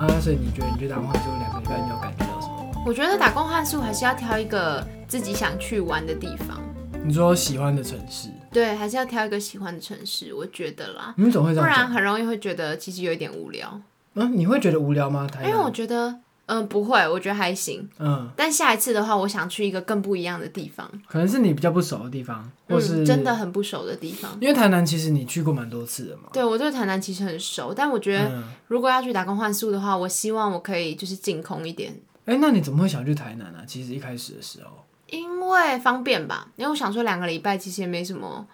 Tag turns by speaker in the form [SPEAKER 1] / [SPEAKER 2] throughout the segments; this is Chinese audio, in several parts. [SPEAKER 1] 哦所以你觉得你去打工换宿两个礼拜，你有感觉到什么？
[SPEAKER 2] 我觉得打工换宿还是要挑一个自己想去玩的地方，
[SPEAKER 1] 你说喜欢的城市，
[SPEAKER 2] 对，还是要挑一个喜欢的城市，我觉得啦，
[SPEAKER 1] 你们总会
[SPEAKER 2] 不
[SPEAKER 1] 这样
[SPEAKER 2] 然
[SPEAKER 1] 讲。
[SPEAKER 2] 很容易会觉得其实有一点无聊。
[SPEAKER 1] 嗯，你会觉得无聊吗？
[SPEAKER 2] 因
[SPEAKER 1] 台
[SPEAKER 2] 为我
[SPEAKER 1] 南？
[SPEAKER 2] 觉得，嗯、不会，我觉得还行。
[SPEAKER 1] 嗯，
[SPEAKER 2] 但下一次的话，我想去一个更不一样的地方，
[SPEAKER 1] 可能是你比较不熟的地方，或是、
[SPEAKER 2] 嗯，真的，很不熟的地方。
[SPEAKER 1] 因为台南其实你去过蛮多次的嘛。
[SPEAKER 2] 对我对台南其实很熟，但我觉得
[SPEAKER 1] 嗯，
[SPEAKER 2] 如果要去打工换宿的话，我希望我可以就是净空一点，
[SPEAKER 1] 哎、那你怎么会想去台南呢、啊？其实一开始的时候，
[SPEAKER 2] 因为方便吧。因为我想说两个礼拜其实也没什么，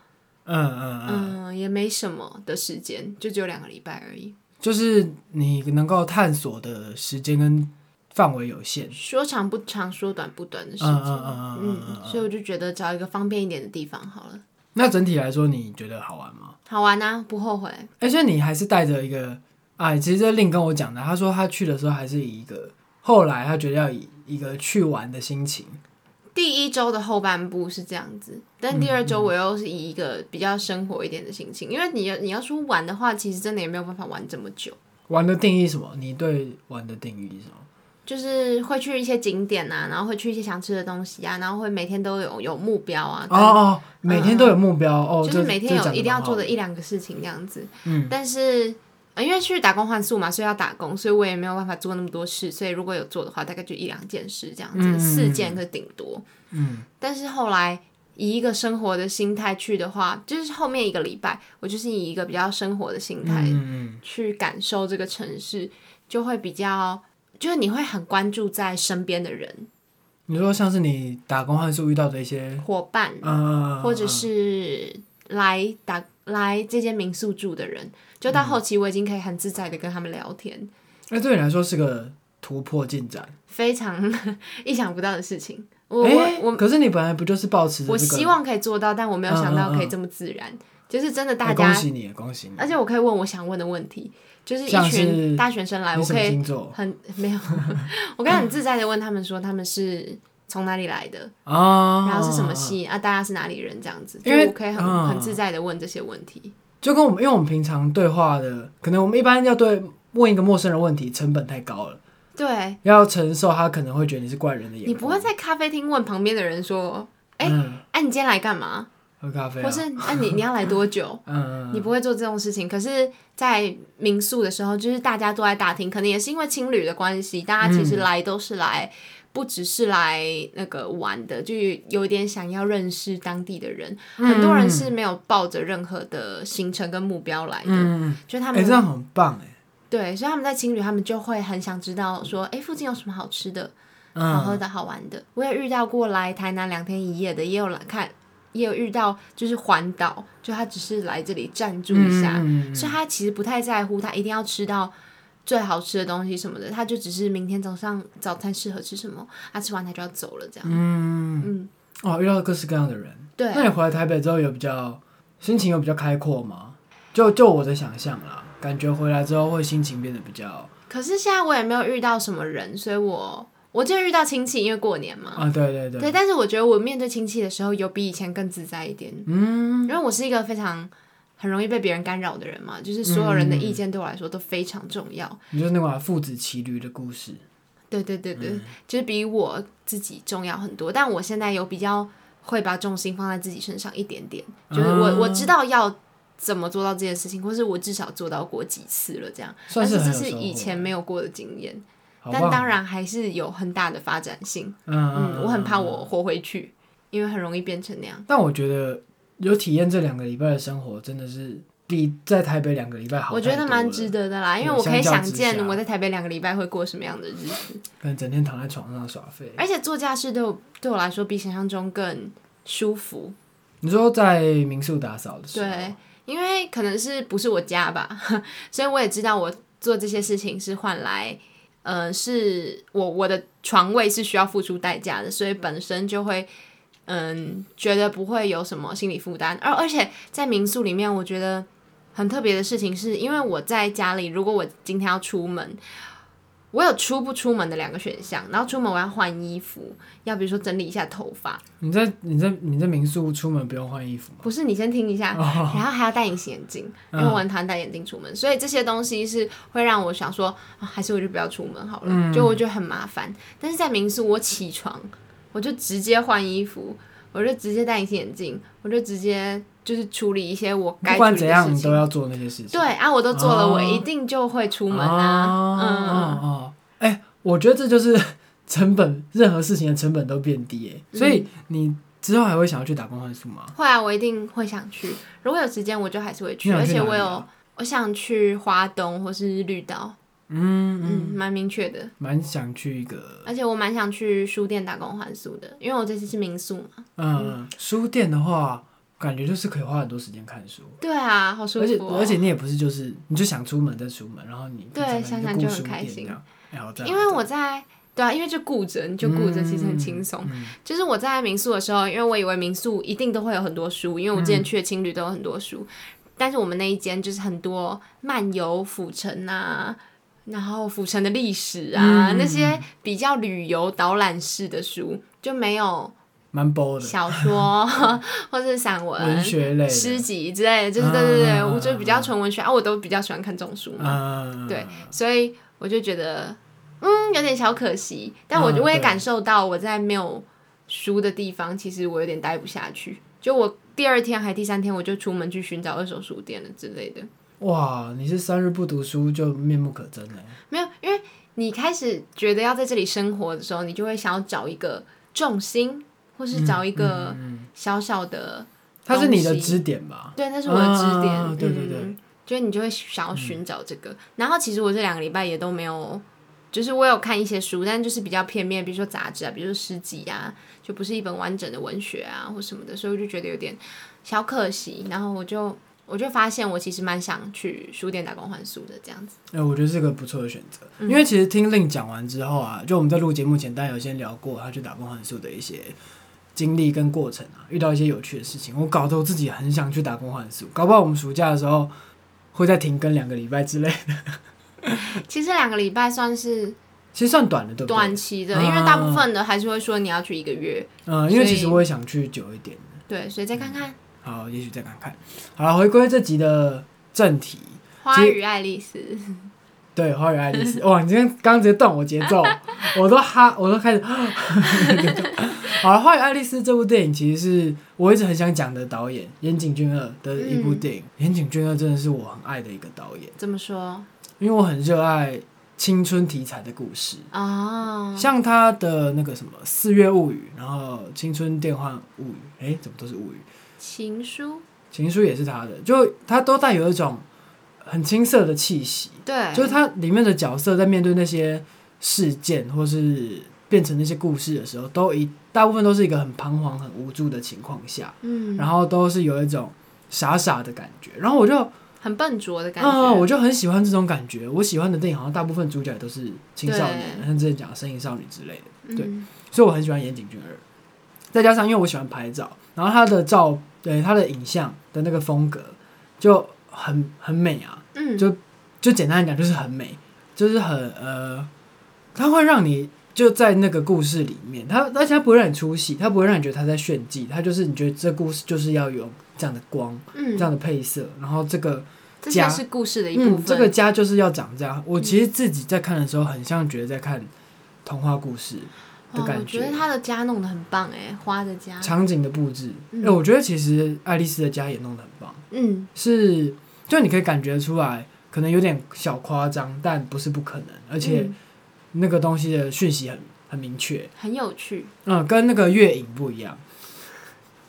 [SPEAKER 1] 嗯嗯嗯，
[SPEAKER 2] 嗯、也没什么的时间，就只有两个礼拜而已。
[SPEAKER 1] 就是你能够探索的时间跟范围有限。
[SPEAKER 2] 说长不长，说短不短的时
[SPEAKER 1] 嗯
[SPEAKER 2] 间。
[SPEAKER 1] 嗯嗯嗯嗯嗯。
[SPEAKER 2] 所以我就觉得找一个方便一点的地方好了，
[SPEAKER 1] 那整体来说，你觉得好玩吗？
[SPEAKER 2] 好玩啊，不后悔。
[SPEAKER 1] 而且哎你还是带着一个，哎，其实这令跟我讲的，他说他去的时候还是以一个，后来他觉得要以一个去玩的心情。
[SPEAKER 2] 第一周的后半部是这样子，但第二周
[SPEAKER 1] 嗯
[SPEAKER 2] 我又是以一个比较生活一点的心情，因为你要你要说玩的话，其实真的也没有办法玩这么久，
[SPEAKER 1] 玩的定义是什么？你对玩的定义是什么？
[SPEAKER 2] 就是会去一些景点啊，然后会去一些想吃的东西啊，然后会每天都有有目标啊，嗯
[SPEAKER 1] 哦哦，每天都有目标、哦，
[SPEAKER 2] 就是每天有一定要做
[SPEAKER 1] 的。
[SPEAKER 2] 的一两个事情这样子。
[SPEAKER 1] 嗯，
[SPEAKER 2] 但是、呃因为去打工换宿嘛，所以要打工，所以我也没有办法做那么多事，所以如果有做的话，大概就一两件事这样子，
[SPEAKER 1] 嗯
[SPEAKER 2] 四件可顶多。
[SPEAKER 1] 嗯，
[SPEAKER 2] 但是后来以一个生活的心态去的话，就是后面一个礼拜，我就是以一个比较生活的心态
[SPEAKER 1] 嗯嗯
[SPEAKER 2] 去感受这个城市，就会比较，就是你会很关注在身边的人、
[SPEAKER 1] 嗯，你说像是你打工换宿遇到的一些，
[SPEAKER 2] 伙伴，
[SPEAKER 1] 嗯，
[SPEAKER 2] 或者是来打来这间民宿住的人。就到后期，我已经可以很自在的跟他们聊天，
[SPEAKER 1] 哎、对你来说是个突破进展。
[SPEAKER 2] 非常意想不到的事情。我、
[SPEAKER 1] 哎、
[SPEAKER 2] 我我
[SPEAKER 1] 可是你本来不就是抱持着
[SPEAKER 2] 我
[SPEAKER 1] 这个嗯
[SPEAKER 2] 希望可以做到，但我没有想到可以这么自然，就是真的大
[SPEAKER 1] 哎
[SPEAKER 2] 家
[SPEAKER 1] 恭喜你，恭喜你。
[SPEAKER 2] 而且我可以问我想问的问题，就是
[SPEAKER 1] 像
[SPEAKER 2] 一
[SPEAKER 1] 是
[SPEAKER 2] 群大学生来，
[SPEAKER 1] 你
[SPEAKER 2] 我
[SPEAKER 1] 什
[SPEAKER 2] 可
[SPEAKER 1] 么
[SPEAKER 2] 以
[SPEAKER 1] 星座
[SPEAKER 2] 很没有， 我可以很自在的问他们说他们是从哪里来的，
[SPEAKER 1] 啊？
[SPEAKER 2] 然后是什么？系啊，大家是哪里人这样子，就
[SPEAKER 1] 因为
[SPEAKER 2] 我可以很、
[SPEAKER 1] 嗯
[SPEAKER 2] 很自在的问这些问题。
[SPEAKER 1] 就跟我们，因为我们平常对话的，可能我们一般要对问一个陌生人问题，成本太高了，
[SPEAKER 2] 对
[SPEAKER 1] 要承受他可能会觉得你是怪人的眼光。
[SPEAKER 2] 你不会在咖啡厅问旁边的人说，哎
[SPEAKER 1] 嗯，
[SPEAKER 2] 哎、你今天来干嘛？
[SPEAKER 1] 喝咖啡、啊，
[SPEAKER 2] 或是哎、你你要来多久？
[SPEAKER 1] 嗯，嗯，
[SPEAKER 2] 你不会做这种事情，可是，在民宿的时候，就是大家都在大厅，可能也是因为情侣的关系，大家其
[SPEAKER 1] 嗯
[SPEAKER 2] 实来都是来，不只是来那个玩的，就有点想要认识当地的人。
[SPEAKER 1] 嗯
[SPEAKER 2] 很多人是没有抱着任何的行程跟目标来的，
[SPEAKER 1] 嗯，嗯，
[SPEAKER 2] 就他
[SPEAKER 1] 哎、
[SPEAKER 2] 们、
[SPEAKER 1] 这样很棒哎、
[SPEAKER 2] 对，所以他们在情侣，他们就会很想知道说，哎、附近有什么好吃的、好
[SPEAKER 1] 嗯，
[SPEAKER 2] 喝的、好玩的。我也遇到过来台南两天一夜的，也有来看，也有遇到就是环岛，就他只是来这里暂住一下。
[SPEAKER 1] 嗯嗯嗯
[SPEAKER 2] 所以他其实不太在乎，他一定要吃到最好吃的东西什么的，他就只是明天早上早餐适合吃什么，他吃完他就要走了这样。
[SPEAKER 1] 嗯
[SPEAKER 2] 嗯，
[SPEAKER 1] 哦，遇到各式各样的人。
[SPEAKER 2] 对
[SPEAKER 1] 那你回来台北之后有比较心情有比较开阔吗？就就我的想象啦，感觉回来之后会心情变得比较
[SPEAKER 2] 可是现在我也没有遇到什么人，所以我我就遇到亲戚，因为过年嘛。
[SPEAKER 1] 啊，对对对，
[SPEAKER 2] 对，但是我觉得我面对亲戚的时候，有比以前更自在一点，
[SPEAKER 1] 嗯，
[SPEAKER 2] 因为我是一个非常很容易被别人干扰的人嘛，就是所有人的意见对我来说都非常重要。
[SPEAKER 1] 你就是那款父子骑驴的故事。
[SPEAKER 2] 对对对
[SPEAKER 1] 嗯
[SPEAKER 2] 对，就是比我自己重要很多。但我现在有比较会把重心放在自己身上一点点，就是我、
[SPEAKER 1] 啊
[SPEAKER 2] 我知道要怎么做到这件事情，或是我至少做到过几次了这样。
[SPEAKER 1] 算
[SPEAKER 2] 但
[SPEAKER 1] 是
[SPEAKER 2] 是
[SPEAKER 1] 很
[SPEAKER 2] 这
[SPEAKER 1] 有
[SPEAKER 2] 是
[SPEAKER 1] 收获
[SPEAKER 2] 以前没有过的经验，
[SPEAKER 1] 好
[SPEAKER 2] 但
[SPEAKER 1] 棒
[SPEAKER 2] 当然还是有很大的发展性。
[SPEAKER 1] 嗯
[SPEAKER 2] 嗯，我很怕。我活回去，因为很容易变成那样。
[SPEAKER 1] 但我觉得有体验这两个礼拜的生活，真的是比在台北两个礼拜啊好。
[SPEAKER 2] 我觉得蛮值。得的啦，因为
[SPEAKER 1] 对
[SPEAKER 2] 我可以
[SPEAKER 1] 相较
[SPEAKER 2] 想
[SPEAKER 1] 之
[SPEAKER 2] 见
[SPEAKER 1] 下
[SPEAKER 2] 我在台北两个礼拜会过什么样的日子，
[SPEAKER 1] 可能整天躺在床上耍废。
[SPEAKER 2] 而且做家事对我对我来说比想象中更舒服。
[SPEAKER 1] 你说在民宿打扫的时候，
[SPEAKER 2] 对，因为可能是不是我家吧， 所以我也知道我做这些事情是换来，呃，是我我的床位是需要付出代价的，所以本身就会，嗯，觉得不会有什么心理负担。而而且在民宿里面，我觉得很特别的事情是，因为我在家里，如果我今天要出门。我有出不出门的两个选项，然后出门我要换衣服，要比如说整理一下头发，
[SPEAKER 1] 你在你在你在民宿出门不用换衣服吗？
[SPEAKER 2] 不是你先听一下，
[SPEAKER 1] 哦，嗯
[SPEAKER 2] 然后还要戴隐形眼镜，因为我很讨厌戴眼镜出门，所以这些东西是会让我想说，啊还是我就不要出门好了，
[SPEAKER 1] 嗯
[SPEAKER 2] 就我觉得很麻烦。但是在民宿，我起床我就直接换衣服，我就直接戴隐形眼镜，我就直接就是处理一些我
[SPEAKER 1] 不
[SPEAKER 2] 该处理
[SPEAKER 1] 管
[SPEAKER 2] 的
[SPEAKER 1] 怎样，
[SPEAKER 2] 事
[SPEAKER 1] 你都
[SPEAKER 2] 情。
[SPEAKER 1] 要做那些事情。
[SPEAKER 2] 对啊，我都做了，
[SPEAKER 1] 哦
[SPEAKER 2] 我一定就会出门啊。
[SPEAKER 1] 哦
[SPEAKER 2] 嗯
[SPEAKER 1] 哦哦，哎、我觉得这就是 成本，任何事情的成本都变低、哎、所
[SPEAKER 2] 嗯
[SPEAKER 1] 以你之后还会想要去打工换宿吗？
[SPEAKER 2] 会啊，我一定会想去。如果有时间，我就还是会去，
[SPEAKER 1] 你想
[SPEAKER 2] 而
[SPEAKER 1] 去
[SPEAKER 2] 且
[SPEAKER 1] 哪里
[SPEAKER 2] 我有
[SPEAKER 1] 啊
[SPEAKER 2] 我想去花东或是绿岛，
[SPEAKER 1] 嗯嗯，
[SPEAKER 2] 嗯，蛮明确的。
[SPEAKER 1] 蛮想去一个，
[SPEAKER 2] 而且我蛮想去书店打工换宿的，因为我这次是民宿嘛。
[SPEAKER 1] 嗯，书店的话，感觉就是可以花很多时间看书。
[SPEAKER 2] 对啊，好舒
[SPEAKER 1] 而且
[SPEAKER 2] 服、哦。
[SPEAKER 1] 而且你也不是就是你就想出门再出门，然后你
[SPEAKER 2] 对想想就很开心。
[SPEAKER 1] 然后
[SPEAKER 2] 因为我在对啊，因为就顾着，你就顾着，其实很
[SPEAKER 1] 嗯
[SPEAKER 2] 轻松。就是我在民宿的时候，因为我以为民宿一定都会有很多书，因为我之前去的青旅都有很多书，但是我们那一间就是很多漫游府城啊。然后府城的历史啊，
[SPEAKER 1] 嗯
[SPEAKER 2] 那些比较旅游导览式的书就没有
[SPEAKER 1] 蛮 b 的
[SPEAKER 2] 小说 或是散文、啊
[SPEAKER 1] 文学类
[SPEAKER 2] 诗
[SPEAKER 1] 的，
[SPEAKER 2] 集之类的，就是对对对，
[SPEAKER 1] 嗯
[SPEAKER 2] 我就比较纯文学啊，我都比较喜欢看这种书嘛。
[SPEAKER 1] 嗯，
[SPEAKER 2] 对，所以我就觉得，嗯，有点小可惜。但我
[SPEAKER 1] 嗯
[SPEAKER 2] 我也
[SPEAKER 1] 对
[SPEAKER 2] 感受到我在没有书的地方，其实我有点待不下去。就我第二天还第三天，我就出门去寻找二手书店了之类的。
[SPEAKER 1] 哇，你是三日不读书就面目可憎了。
[SPEAKER 2] 没有，因为你开始觉得要在这里生活的时候，你就会想要找一个重心，或
[SPEAKER 1] 嗯
[SPEAKER 2] 是找一个小小的，
[SPEAKER 1] 它是你的
[SPEAKER 2] 东西
[SPEAKER 1] 支点吧？
[SPEAKER 2] 对，那是我的支点。
[SPEAKER 1] 啊对对对
[SPEAKER 2] 嗯就你就会想要寻找这个。然后其实我这两个礼拜也都没有，就是我有看一些书，但就是比较片面，比如说杂志啊，比如说诗集啊，就不是一本完整的文学啊或什么的，所以我就觉得有点小可惜。然后我就我就发现我其实蛮想去书店打工换宿的这样 子。
[SPEAKER 1] 哎、我觉得是个不错的选择，
[SPEAKER 2] 嗯
[SPEAKER 1] 因为其实听令讲完之后啊，就我们在录节目前，大家有先聊过他去打工换宿的一些经历跟过程啊，遇到一些有趣的事情，我搞得我自己也很想去打工换宿，搞不好我们暑假的时候会再停更两个礼拜之类，
[SPEAKER 2] 其实两个礼拜算是
[SPEAKER 1] 其实算短的，对不对？
[SPEAKER 2] 短期的，因为大部分的还是会说你要去一个月，
[SPEAKER 1] 嗯，因为其
[SPEAKER 2] 所
[SPEAKER 1] 实
[SPEAKER 2] 以
[SPEAKER 1] 我也想去久一点，
[SPEAKER 2] 对，所以再看看
[SPEAKER 1] 好，也许再看看。好了，回归这集的正题，
[SPEAKER 2] 《花与爱丽丝》。
[SPEAKER 1] 对《花与爱丽丝》哇，你今天刚刚直接断我节奏，我都哈，我都开始 好了，《花与爱丽丝》这部电影其实是我一直很想讲的导演岩井俊二的一部电影。岩井俊二真的是我很爱的一个导演，
[SPEAKER 2] 怎么说
[SPEAKER 1] 因为我很热爱青春题材的故事，
[SPEAKER 2] 啊？
[SPEAKER 1] 像他的那个什么《四月物语》，然后《青春电幻物语》，哎，怎么都是物语？
[SPEAKER 2] 情书
[SPEAKER 1] 情书也是他的，就他都带有一种很青涩的气息。
[SPEAKER 2] 对，
[SPEAKER 1] 就是它里面的角色在面对那些事件或是变成那些故事的时候，都一大部分都是一个很彷徨、很无助的情况下，
[SPEAKER 2] 嗯，
[SPEAKER 1] 然后都是有一种傻傻的感觉。然后我就，
[SPEAKER 2] 很笨拙的感觉。
[SPEAKER 1] 嗯，我就很喜欢这种感觉。我喜欢的电影好像大部分主角都是青少年，
[SPEAKER 2] 对
[SPEAKER 1] 像之前讲的《身影少女》之类的。对
[SPEAKER 2] 嗯
[SPEAKER 1] 所以我很喜欢岩井俊二。再加上因为我喜欢拍照，然后他的照，对他的影像的那个风格就很很美啊。
[SPEAKER 2] 嗯，
[SPEAKER 1] 就就简单来讲，就是很美，就是很呃，它会让你就在那个故事里面，它而且它不会让你出戏，它不会让你觉得它在炫技，它就是你觉得这故事就是要有这样的光，
[SPEAKER 2] 嗯
[SPEAKER 1] 这，样的配色，然后这个
[SPEAKER 2] 这
[SPEAKER 1] 家
[SPEAKER 2] 些是故事的一部
[SPEAKER 1] 嗯
[SPEAKER 2] 分。嗯
[SPEAKER 1] 这个家就是要长这样。我其实自己在看的时候，很像觉得在看童话故事，的
[SPEAKER 2] 哦
[SPEAKER 1] 感
[SPEAKER 2] 我
[SPEAKER 1] 觉
[SPEAKER 2] 觉得他的家弄得很棒哎，花的家，
[SPEAKER 1] 场景的布置。哎、
[SPEAKER 2] 嗯
[SPEAKER 1] 我觉得其实爱丽丝的家也弄得很棒，
[SPEAKER 2] 嗯，
[SPEAKER 1] 是就你可以感觉出来，可能有点小夸张，但不是不可能，而且。
[SPEAKER 2] 嗯
[SPEAKER 1] 那个东西的讯息很很明确，
[SPEAKER 2] 很有趣，
[SPEAKER 1] 嗯，跟那个月影不一样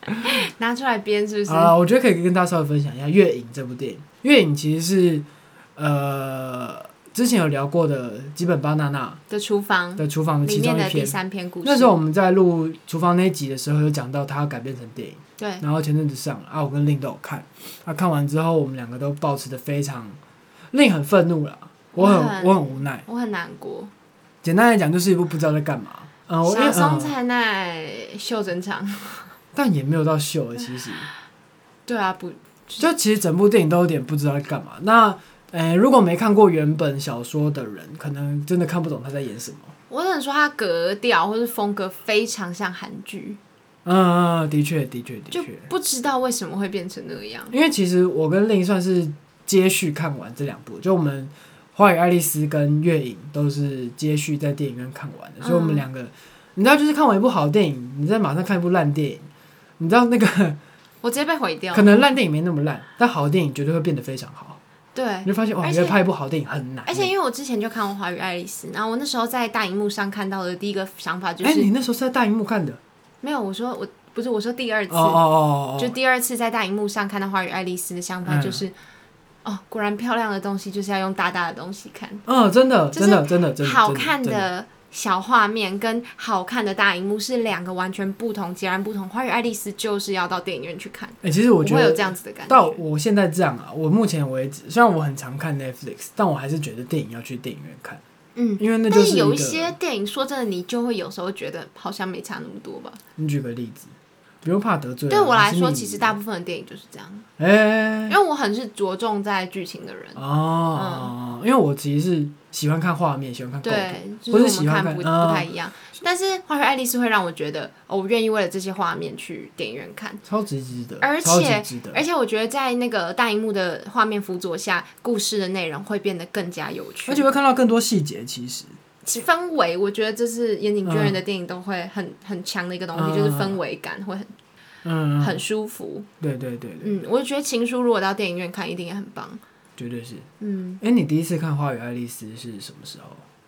[SPEAKER 1] 嗯
[SPEAKER 2] 拿出来编是不是？
[SPEAKER 1] 啊、我觉得可以跟大家稍微分享一下《月影》这部电影。《月影》其实是呃之前有聊过的基本巴娜娜
[SPEAKER 2] 的厨房
[SPEAKER 1] 的厨房的
[SPEAKER 2] 嗯里
[SPEAKER 1] 其
[SPEAKER 2] 面
[SPEAKER 1] 中
[SPEAKER 2] 的
[SPEAKER 1] 一
[SPEAKER 2] 第
[SPEAKER 1] 篇。
[SPEAKER 2] 三篇故事。
[SPEAKER 1] 那时候我们在录厨房那一集的时候，有讲到它改编成电影，
[SPEAKER 2] 对，
[SPEAKER 1] 然后前阵子上了啊，我跟令都有看。啊，看完之后，我们两个都保持的非常，令很愤怒啦，我
[SPEAKER 2] 我
[SPEAKER 1] 很
[SPEAKER 2] 很
[SPEAKER 1] 我很无奈。
[SPEAKER 2] 我很难过。
[SPEAKER 1] 简单来讲，就是一部不知道在干嘛。嗯，我因为嗯
[SPEAKER 2] 小松菜奈秀整场，
[SPEAKER 1] 但也没有到秀了，其实。
[SPEAKER 2] 对啊，不，
[SPEAKER 1] 就其实整部电影都有点不知道在干嘛。那哎、如果没看过原本小说的人，可能真的看不懂他在演什么。
[SPEAKER 2] 我只能说它格调或是风格非常像韩剧，
[SPEAKER 1] 嗯，嗯的确，的确，的
[SPEAKER 2] 就
[SPEAKER 1] 确，
[SPEAKER 2] 不知道为什么会变成那样。
[SPEAKER 1] 因为其实我跟令算是接续看完这两部，就我们《花与爱丽丝》跟《月影》都是接续在电影院看完的，所以我们
[SPEAKER 2] 嗯
[SPEAKER 1] 两个，你知道，就是看完一部好电影，你再马上看一部烂电影，你知道那个
[SPEAKER 2] 我直接被毁掉
[SPEAKER 1] 可。能烂电影没那么烂，但好电影绝对会变得非常好。
[SPEAKER 2] 对
[SPEAKER 1] 你，就发现哇，
[SPEAKER 2] 哎
[SPEAKER 1] 原
[SPEAKER 2] 而且
[SPEAKER 1] 来拍一部好电影很难。欸
[SPEAKER 2] 而且因为我之前就看过《华语爱丽丝》，然后我那时候在大荧幕上看到的第一个想法就
[SPEAKER 1] 哎、
[SPEAKER 2] 是，
[SPEAKER 1] 你那时候是在大荧幕看的？
[SPEAKER 2] 没有，我说我不是我说第二次，
[SPEAKER 1] 哦哦哦哦，嗯
[SPEAKER 2] 就第二次在大荧幕上看到《华语爱丽丝》的想法就是，哦，果然漂亮的东西就是要用大大的东西看。
[SPEAKER 1] 嗯，真的，
[SPEAKER 2] 就是
[SPEAKER 1] 真的，真的，真的，
[SPEAKER 2] 好看
[SPEAKER 1] 真的，
[SPEAKER 2] 的小画面跟好看的大荧幕是两个完全不同、截然不同。《花与爱丽丝》就是要到电影院去看，
[SPEAKER 1] 哎、其实我
[SPEAKER 2] 我
[SPEAKER 1] 觉
[SPEAKER 2] 会有
[SPEAKER 1] 得
[SPEAKER 2] 这样子的感
[SPEAKER 1] 到
[SPEAKER 2] 觉。
[SPEAKER 1] 我现在这样啊，我目前为止，虽然我很常看 Netflix，但我还是觉得电影要去电影院看，
[SPEAKER 2] 嗯，
[SPEAKER 1] 因为那
[SPEAKER 2] 但
[SPEAKER 1] 就是
[SPEAKER 2] 是有一
[SPEAKER 1] 个
[SPEAKER 2] 些电影，说真的，你就会有时候觉得好像没差那么多吧。
[SPEAKER 1] 你举个例子，不用怕得罪啊。
[SPEAKER 2] 对我来说，
[SPEAKER 1] 还是你
[SPEAKER 2] 其实大部分的电影就是这样，
[SPEAKER 1] 哎、
[SPEAKER 2] 因为我很是着重在剧情的人，
[SPEAKER 1] 啊哦、因为我其实是喜欢看画面，喜欢看构图，
[SPEAKER 2] 嗯对，
[SPEAKER 1] 或
[SPEAKER 2] 就是是我
[SPEAKER 1] 喜
[SPEAKER 2] 们
[SPEAKER 1] 欢
[SPEAKER 2] 看不
[SPEAKER 1] 看啊
[SPEAKER 2] 不太一样。但是《花与爱丽丝》会让我觉得，哦，我愿意为了这些画面去电影院看。
[SPEAKER 1] 超级值得，
[SPEAKER 2] 而
[SPEAKER 1] 超级
[SPEAKER 2] 且
[SPEAKER 1] 值得。
[SPEAKER 2] 而且我觉得在那个大荧幕的画面辅佐下，故事的内容会变得更加有趣。
[SPEAKER 1] 而且会看到更多细节，其实
[SPEAKER 2] 其氛围，我觉得这是岩井俊人的电影都会很、很强的一个东西，
[SPEAKER 1] 嗯
[SPEAKER 2] 就是氛围感会很、
[SPEAKER 1] 嗯，
[SPEAKER 2] 很舒服。
[SPEAKER 1] 对对对对，
[SPEAKER 2] 嗯，我觉得《情书》如果到电影院看，一定也很棒。
[SPEAKER 1] 绝对是。
[SPEAKER 2] 嗯，
[SPEAKER 1] 哎、你第一次看《花与爱丽丝》是什么时候？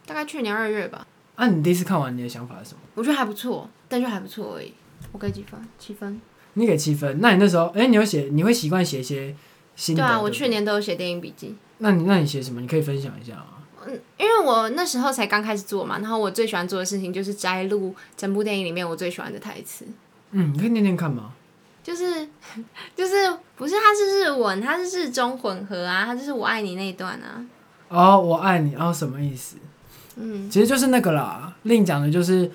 [SPEAKER 2] 大概去年二月吧，
[SPEAKER 1] 啊，你第一次看完你的想法是什么？
[SPEAKER 2] 我觉得还不错，但就还不错而已。我给几分？七分？
[SPEAKER 1] 你给七分，那你那时候，哎、你有写，你会习惯写一些新
[SPEAKER 2] 对
[SPEAKER 1] 的？
[SPEAKER 2] 啊，
[SPEAKER 1] 不
[SPEAKER 2] 我去年都有写电影笔记。
[SPEAKER 1] 那你那你写什么？你可以分享一下啊。
[SPEAKER 2] 嗯，因为我那时候才刚开始做嘛，然后我最喜欢做的事情就是摘录整部电影里面我最喜欢的台词。
[SPEAKER 1] 嗯，你可以念念看吗？
[SPEAKER 2] 就是 就是不是它是日文，它是日中混合啊，它就是我爱你那一段啊。
[SPEAKER 1] 哦，我爱你，哦，什么意思？
[SPEAKER 2] 嗯，
[SPEAKER 1] 其实就是那个啦。另讲的就是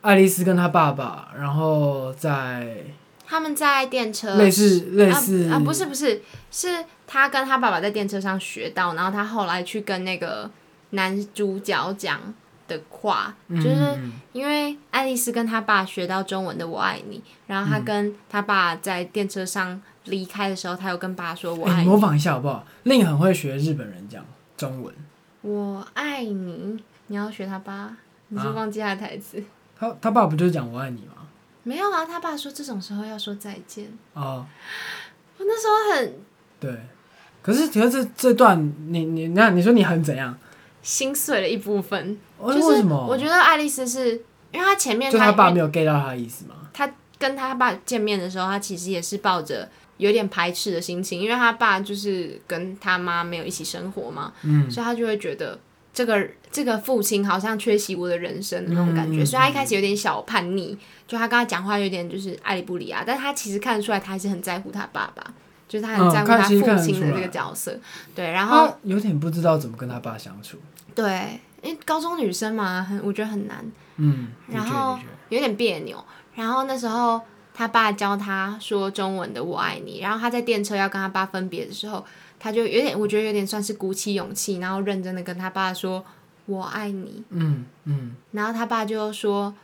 [SPEAKER 1] 爱丽丝跟她爸爸，然后在
[SPEAKER 2] 他们在电车
[SPEAKER 1] 类似类似
[SPEAKER 2] 啊啊，不是不是，是他跟他爸爸在电车上学到，然后他后来去跟那个男主角讲的话，
[SPEAKER 1] 嗯
[SPEAKER 2] 就是
[SPEAKER 1] 嗯
[SPEAKER 2] 因为爱丽丝跟她爸学到中文的“我爱你”，然
[SPEAKER 1] 嗯
[SPEAKER 2] 后她跟她爸在电车上离开的时候，她有跟爸说“我
[SPEAKER 1] 哎
[SPEAKER 2] 爱
[SPEAKER 1] 你
[SPEAKER 2] 你”，
[SPEAKER 1] 模仿一下好不好？令很会学日本人讲中文，
[SPEAKER 2] 我爱你，你要学他爸，你是
[SPEAKER 1] 啊
[SPEAKER 2] 忘记他的台词？
[SPEAKER 1] 他他爸不就是讲我爱你吗？
[SPEAKER 2] 没有啊，他爸说这种时候要说再见。
[SPEAKER 1] 哦，
[SPEAKER 2] 我那时候很
[SPEAKER 1] 对。可是可是这这段你你那你说你很怎样？
[SPEAKER 2] 心碎的一部分，
[SPEAKER 1] 哦
[SPEAKER 2] 就是
[SPEAKER 1] 为什么？
[SPEAKER 2] 我觉得爱丽丝是因为她前面
[SPEAKER 1] 就
[SPEAKER 2] 她
[SPEAKER 1] 他爸没有 get 到他的意思吗？
[SPEAKER 2] 她跟她爸见面的时候，她其实也是抱着有点排斥的心情，因为她爸就是跟她妈没有一起生活嘛，
[SPEAKER 1] 嗯，
[SPEAKER 2] 所以她就会觉得这个这个父亲好像缺席我的人生的那种感觉，
[SPEAKER 1] 嗯嗯
[SPEAKER 2] 所以她一开始有点小叛逆，就她跟她讲话有点就是爱理不理啊，但她其实看得出来，她还是很在乎她爸爸。就是她很
[SPEAKER 1] 嗯
[SPEAKER 2] 在乎
[SPEAKER 1] 看
[SPEAKER 2] 她
[SPEAKER 1] 其实看
[SPEAKER 2] 父
[SPEAKER 1] 得
[SPEAKER 2] 亲
[SPEAKER 1] 出
[SPEAKER 2] 的这
[SPEAKER 1] 来
[SPEAKER 2] 个角色，对，然后
[SPEAKER 1] 他有点不知道怎么跟他爸相处。
[SPEAKER 2] 对，因为高中女生嘛，很我觉得很难，
[SPEAKER 1] 嗯，的
[SPEAKER 2] 然
[SPEAKER 1] 确
[SPEAKER 2] 后
[SPEAKER 1] 的确，
[SPEAKER 2] 有点别扭。然后那时候他爸教他说中文的“我爱你”，然后他在电车要跟他爸分别的时候，他就有点，我觉得有点算是鼓起勇气，然后认真的跟他爸说“我爱你
[SPEAKER 1] 嗯嗯。”，
[SPEAKER 2] 然后他爸就说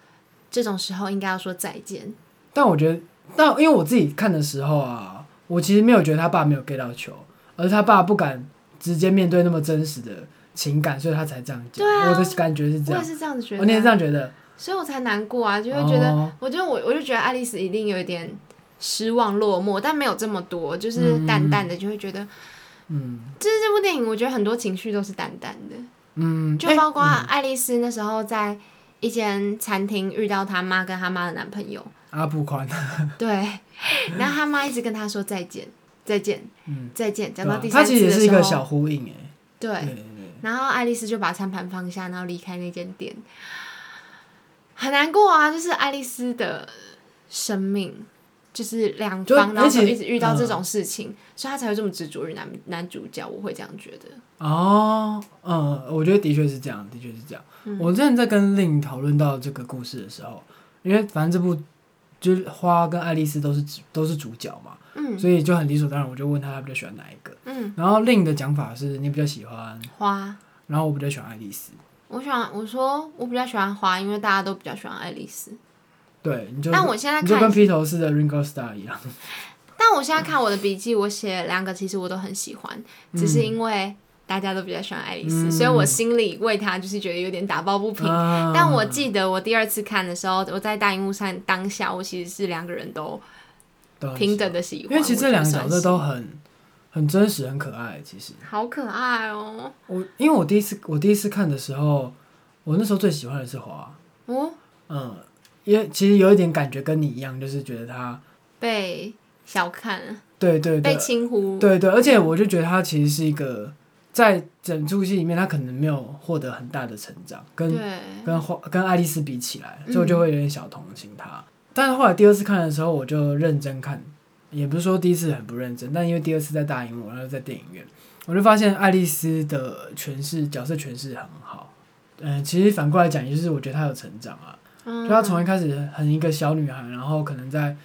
[SPEAKER 2] 这种时候应该要说再见。
[SPEAKER 1] 但我觉得，但因为我自己看的时候啊，我其实没有觉得他爸没有 get 到球，而是他爸不敢直接面对那么真实的情感，所以他才这样讲。
[SPEAKER 2] 对啊
[SPEAKER 1] 我的感觉是这
[SPEAKER 2] 我也
[SPEAKER 1] 样，
[SPEAKER 2] 是这样子觉
[SPEAKER 1] 我你也是这
[SPEAKER 2] 得啊，
[SPEAKER 1] 样觉得，
[SPEAKER 2] 所以我才难过啊，就会觉得，
[SPEAKER 1] 哦
[SPEAKER 2] 我觉得我我就觉得爱丽丝一定有一点失望落寞，但没有这么多，就是淡淡的就会觉得。
[SPEAKER 1] 嗯
[SPEAKER 2] 就是这部电影，我觉得很多情绪都是淡淡的，
[SPEAKER 1] 嗯，
[SPEAKER 2] 就
[SPEAKER 1] 哎
[SPEAKER 2] 包括爱丽丝那时候在一间餐厅遇到她妈跟她妈的男 朋友，
[SPEAKER 1] 阿布宽，
[SPEAKER 2] 对，然后她妈一直跟她说再见，再见，
[SPEAKER 1] 嗯，
[SPEAKER 2] 再见，讲
[SPEAKER 1] 对
[SPEAKER 2] 到
[SPEAKER 1] 啊
[SPEAKER 2] 第
[SPEAKER 1] 他
[SPEAKER 2] 三次
[SPEAKER 1] 其实也
[SPEAKER 2] 的
[SPEAKER 1] 是一
[SPEAKER 2] 时
[SPEAKER 1] 个
[SPEAKER 2] 候，
[SPEAKER 1] 小呼应哎，对
[SPEAKER 2] 对，
[SPEAKER 1] 对对，
[SPEAKER 2] 然后爱丽丝就把餐盘放下，然后离开那间店，很难过啊，就是爱丽丝的生命。就是两
[SPEAKER 1] 就
[SPEAKER 2] 方，然后
[SPEAKER 1] 而且嗯
[SPEAKER 2] 就一直遇到这种事情，所以她才会这么执着于男男主角。我会这样觉得。
[SPEAKER 1] 哦，嗯，我觉得的确是这样，的
[SPEAKER 2] 嗯
[SPEAKER 1] 确是这样。我之前在跟令讨论到这个故事的时候，因为反正这部就是花跟爱丽丝都是主都是主角嘛，
[SPEAKER 2] 嗯
[SPEAKER 1] 所以就很理所当然，我就问他他比较喜欢哪一个。
[SPEAKER 2] 嗯，
[SPEAKER 1] 然后另一个讲法是你比较喜欢，
[SPEAKER 2] 花，
[SPEAKER 1] 然后我比较喜欢爱丽丝。
[SPEAKER 2] 我喜欢，我说我比较喜欢花，因为大家都比较喜欢爱丽丝。
[SPEAKER 1] 对，你就
[SPEAKER 2] 但我现在
[SPEAKER 1] 你就
[SPEAKER 2] 看
[SPEAKER 1] 跟，披头士的 Ringo Starr 一样，
[SPEAKER 2] 但我现在看我的笔记，我写两个，其实我都很喜欢，只是因为大家都比较喜欢爱丽丝，
[SPEAKER 1] 嗯
[SPEAKER 2] 所以我心里为她就是觉得有点打抱不平。
[SPEAKER 1] 啊
[SPEAKER 2] 但我记得我第二次看的时候，我在大荧幕上当下，我其实是两个人都
[SPEAKER 1] 都很喜欢
[SPEAKER 2] 平等的喜欢，
[SPEAKER 1] 因为其实这
[SPEAKER 2] 我觉得
[SPEAKER 1] 两个
[SPEAKER 2] 算
[SPEAKER 1] 角色都很很真实、很可爱。其实
[SPEAKER 2] 是好可爱哦，
[SPEAKER 1] 我因为我第一次我第一次看的时候，我那时候最喜欢的是华，
[SPEAKER 2] 哦，
[SPEAKER 1] 嗯，因为其实有一点感觉跟你一样，就是觉得他
[SPEAKER 2] 被小看，
[SPEAKER 1] 对对
[SPEAKER 2] 嗯被
[SPEAKER 1] 对
[SPEAKER 2] 轻忽，
[SPEAKER 1] 对对，而且我就觉得他其实是一个在整出戏里面，他可能没有获得很大的成长，跟
[SPEAKER 2] 对，
[SPEAKER 1] 跟花跟爱丽丝比起来，
[SPEAKER 2] 嗯
[SPEAKER 1] 所以我就会有点小同情她。但是后来第二次看的时候，我就认真看，也不是说第一次很不认真，但因为第二次在大荧幕，然后在电影院，我就发现爱丽丝的诠释角色诠释很好。嗯，其实反过来讲，也就是我觉得她有成长啊，就
[SPEAKER 2] 嗯
[SPEAKER 1] 她从一开始很一个小女孩，然后可能在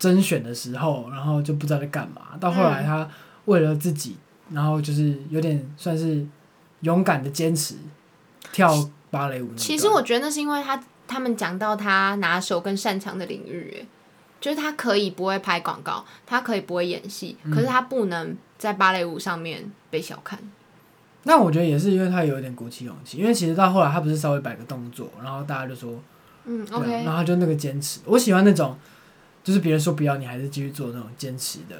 [SPEAKER 1] 甄选的时候，然后就不知道在干嘛，到后来她为了自己，然后就是有点算是勇敢的坚持跳芭蕾舞那一段。
[SPEAKER 2] 其实我觉得那是因为他他们讲到他拿手跟擅长的领域，欸就是他可以不会拍广告，他可以不会演戏，
[SPEAKER 1] 嗯
[SPEAKER 2] 可是他不能在芭蕾舞上面被小看。
[SPEAKER 1] 那我觉得也是因为他有一点鼓起勇气，因为其实到后来他不是稍微摆个动作，然后大家就说，
[SPEAKER 2] 嗯
[SPEAKER 1] 对啊
[SPEAKER 2] ，OK，
[SPEAKER 1] 然后他就那个坚持。我喜欢那种，就是别人说不要，你还是继续做那种坚持的、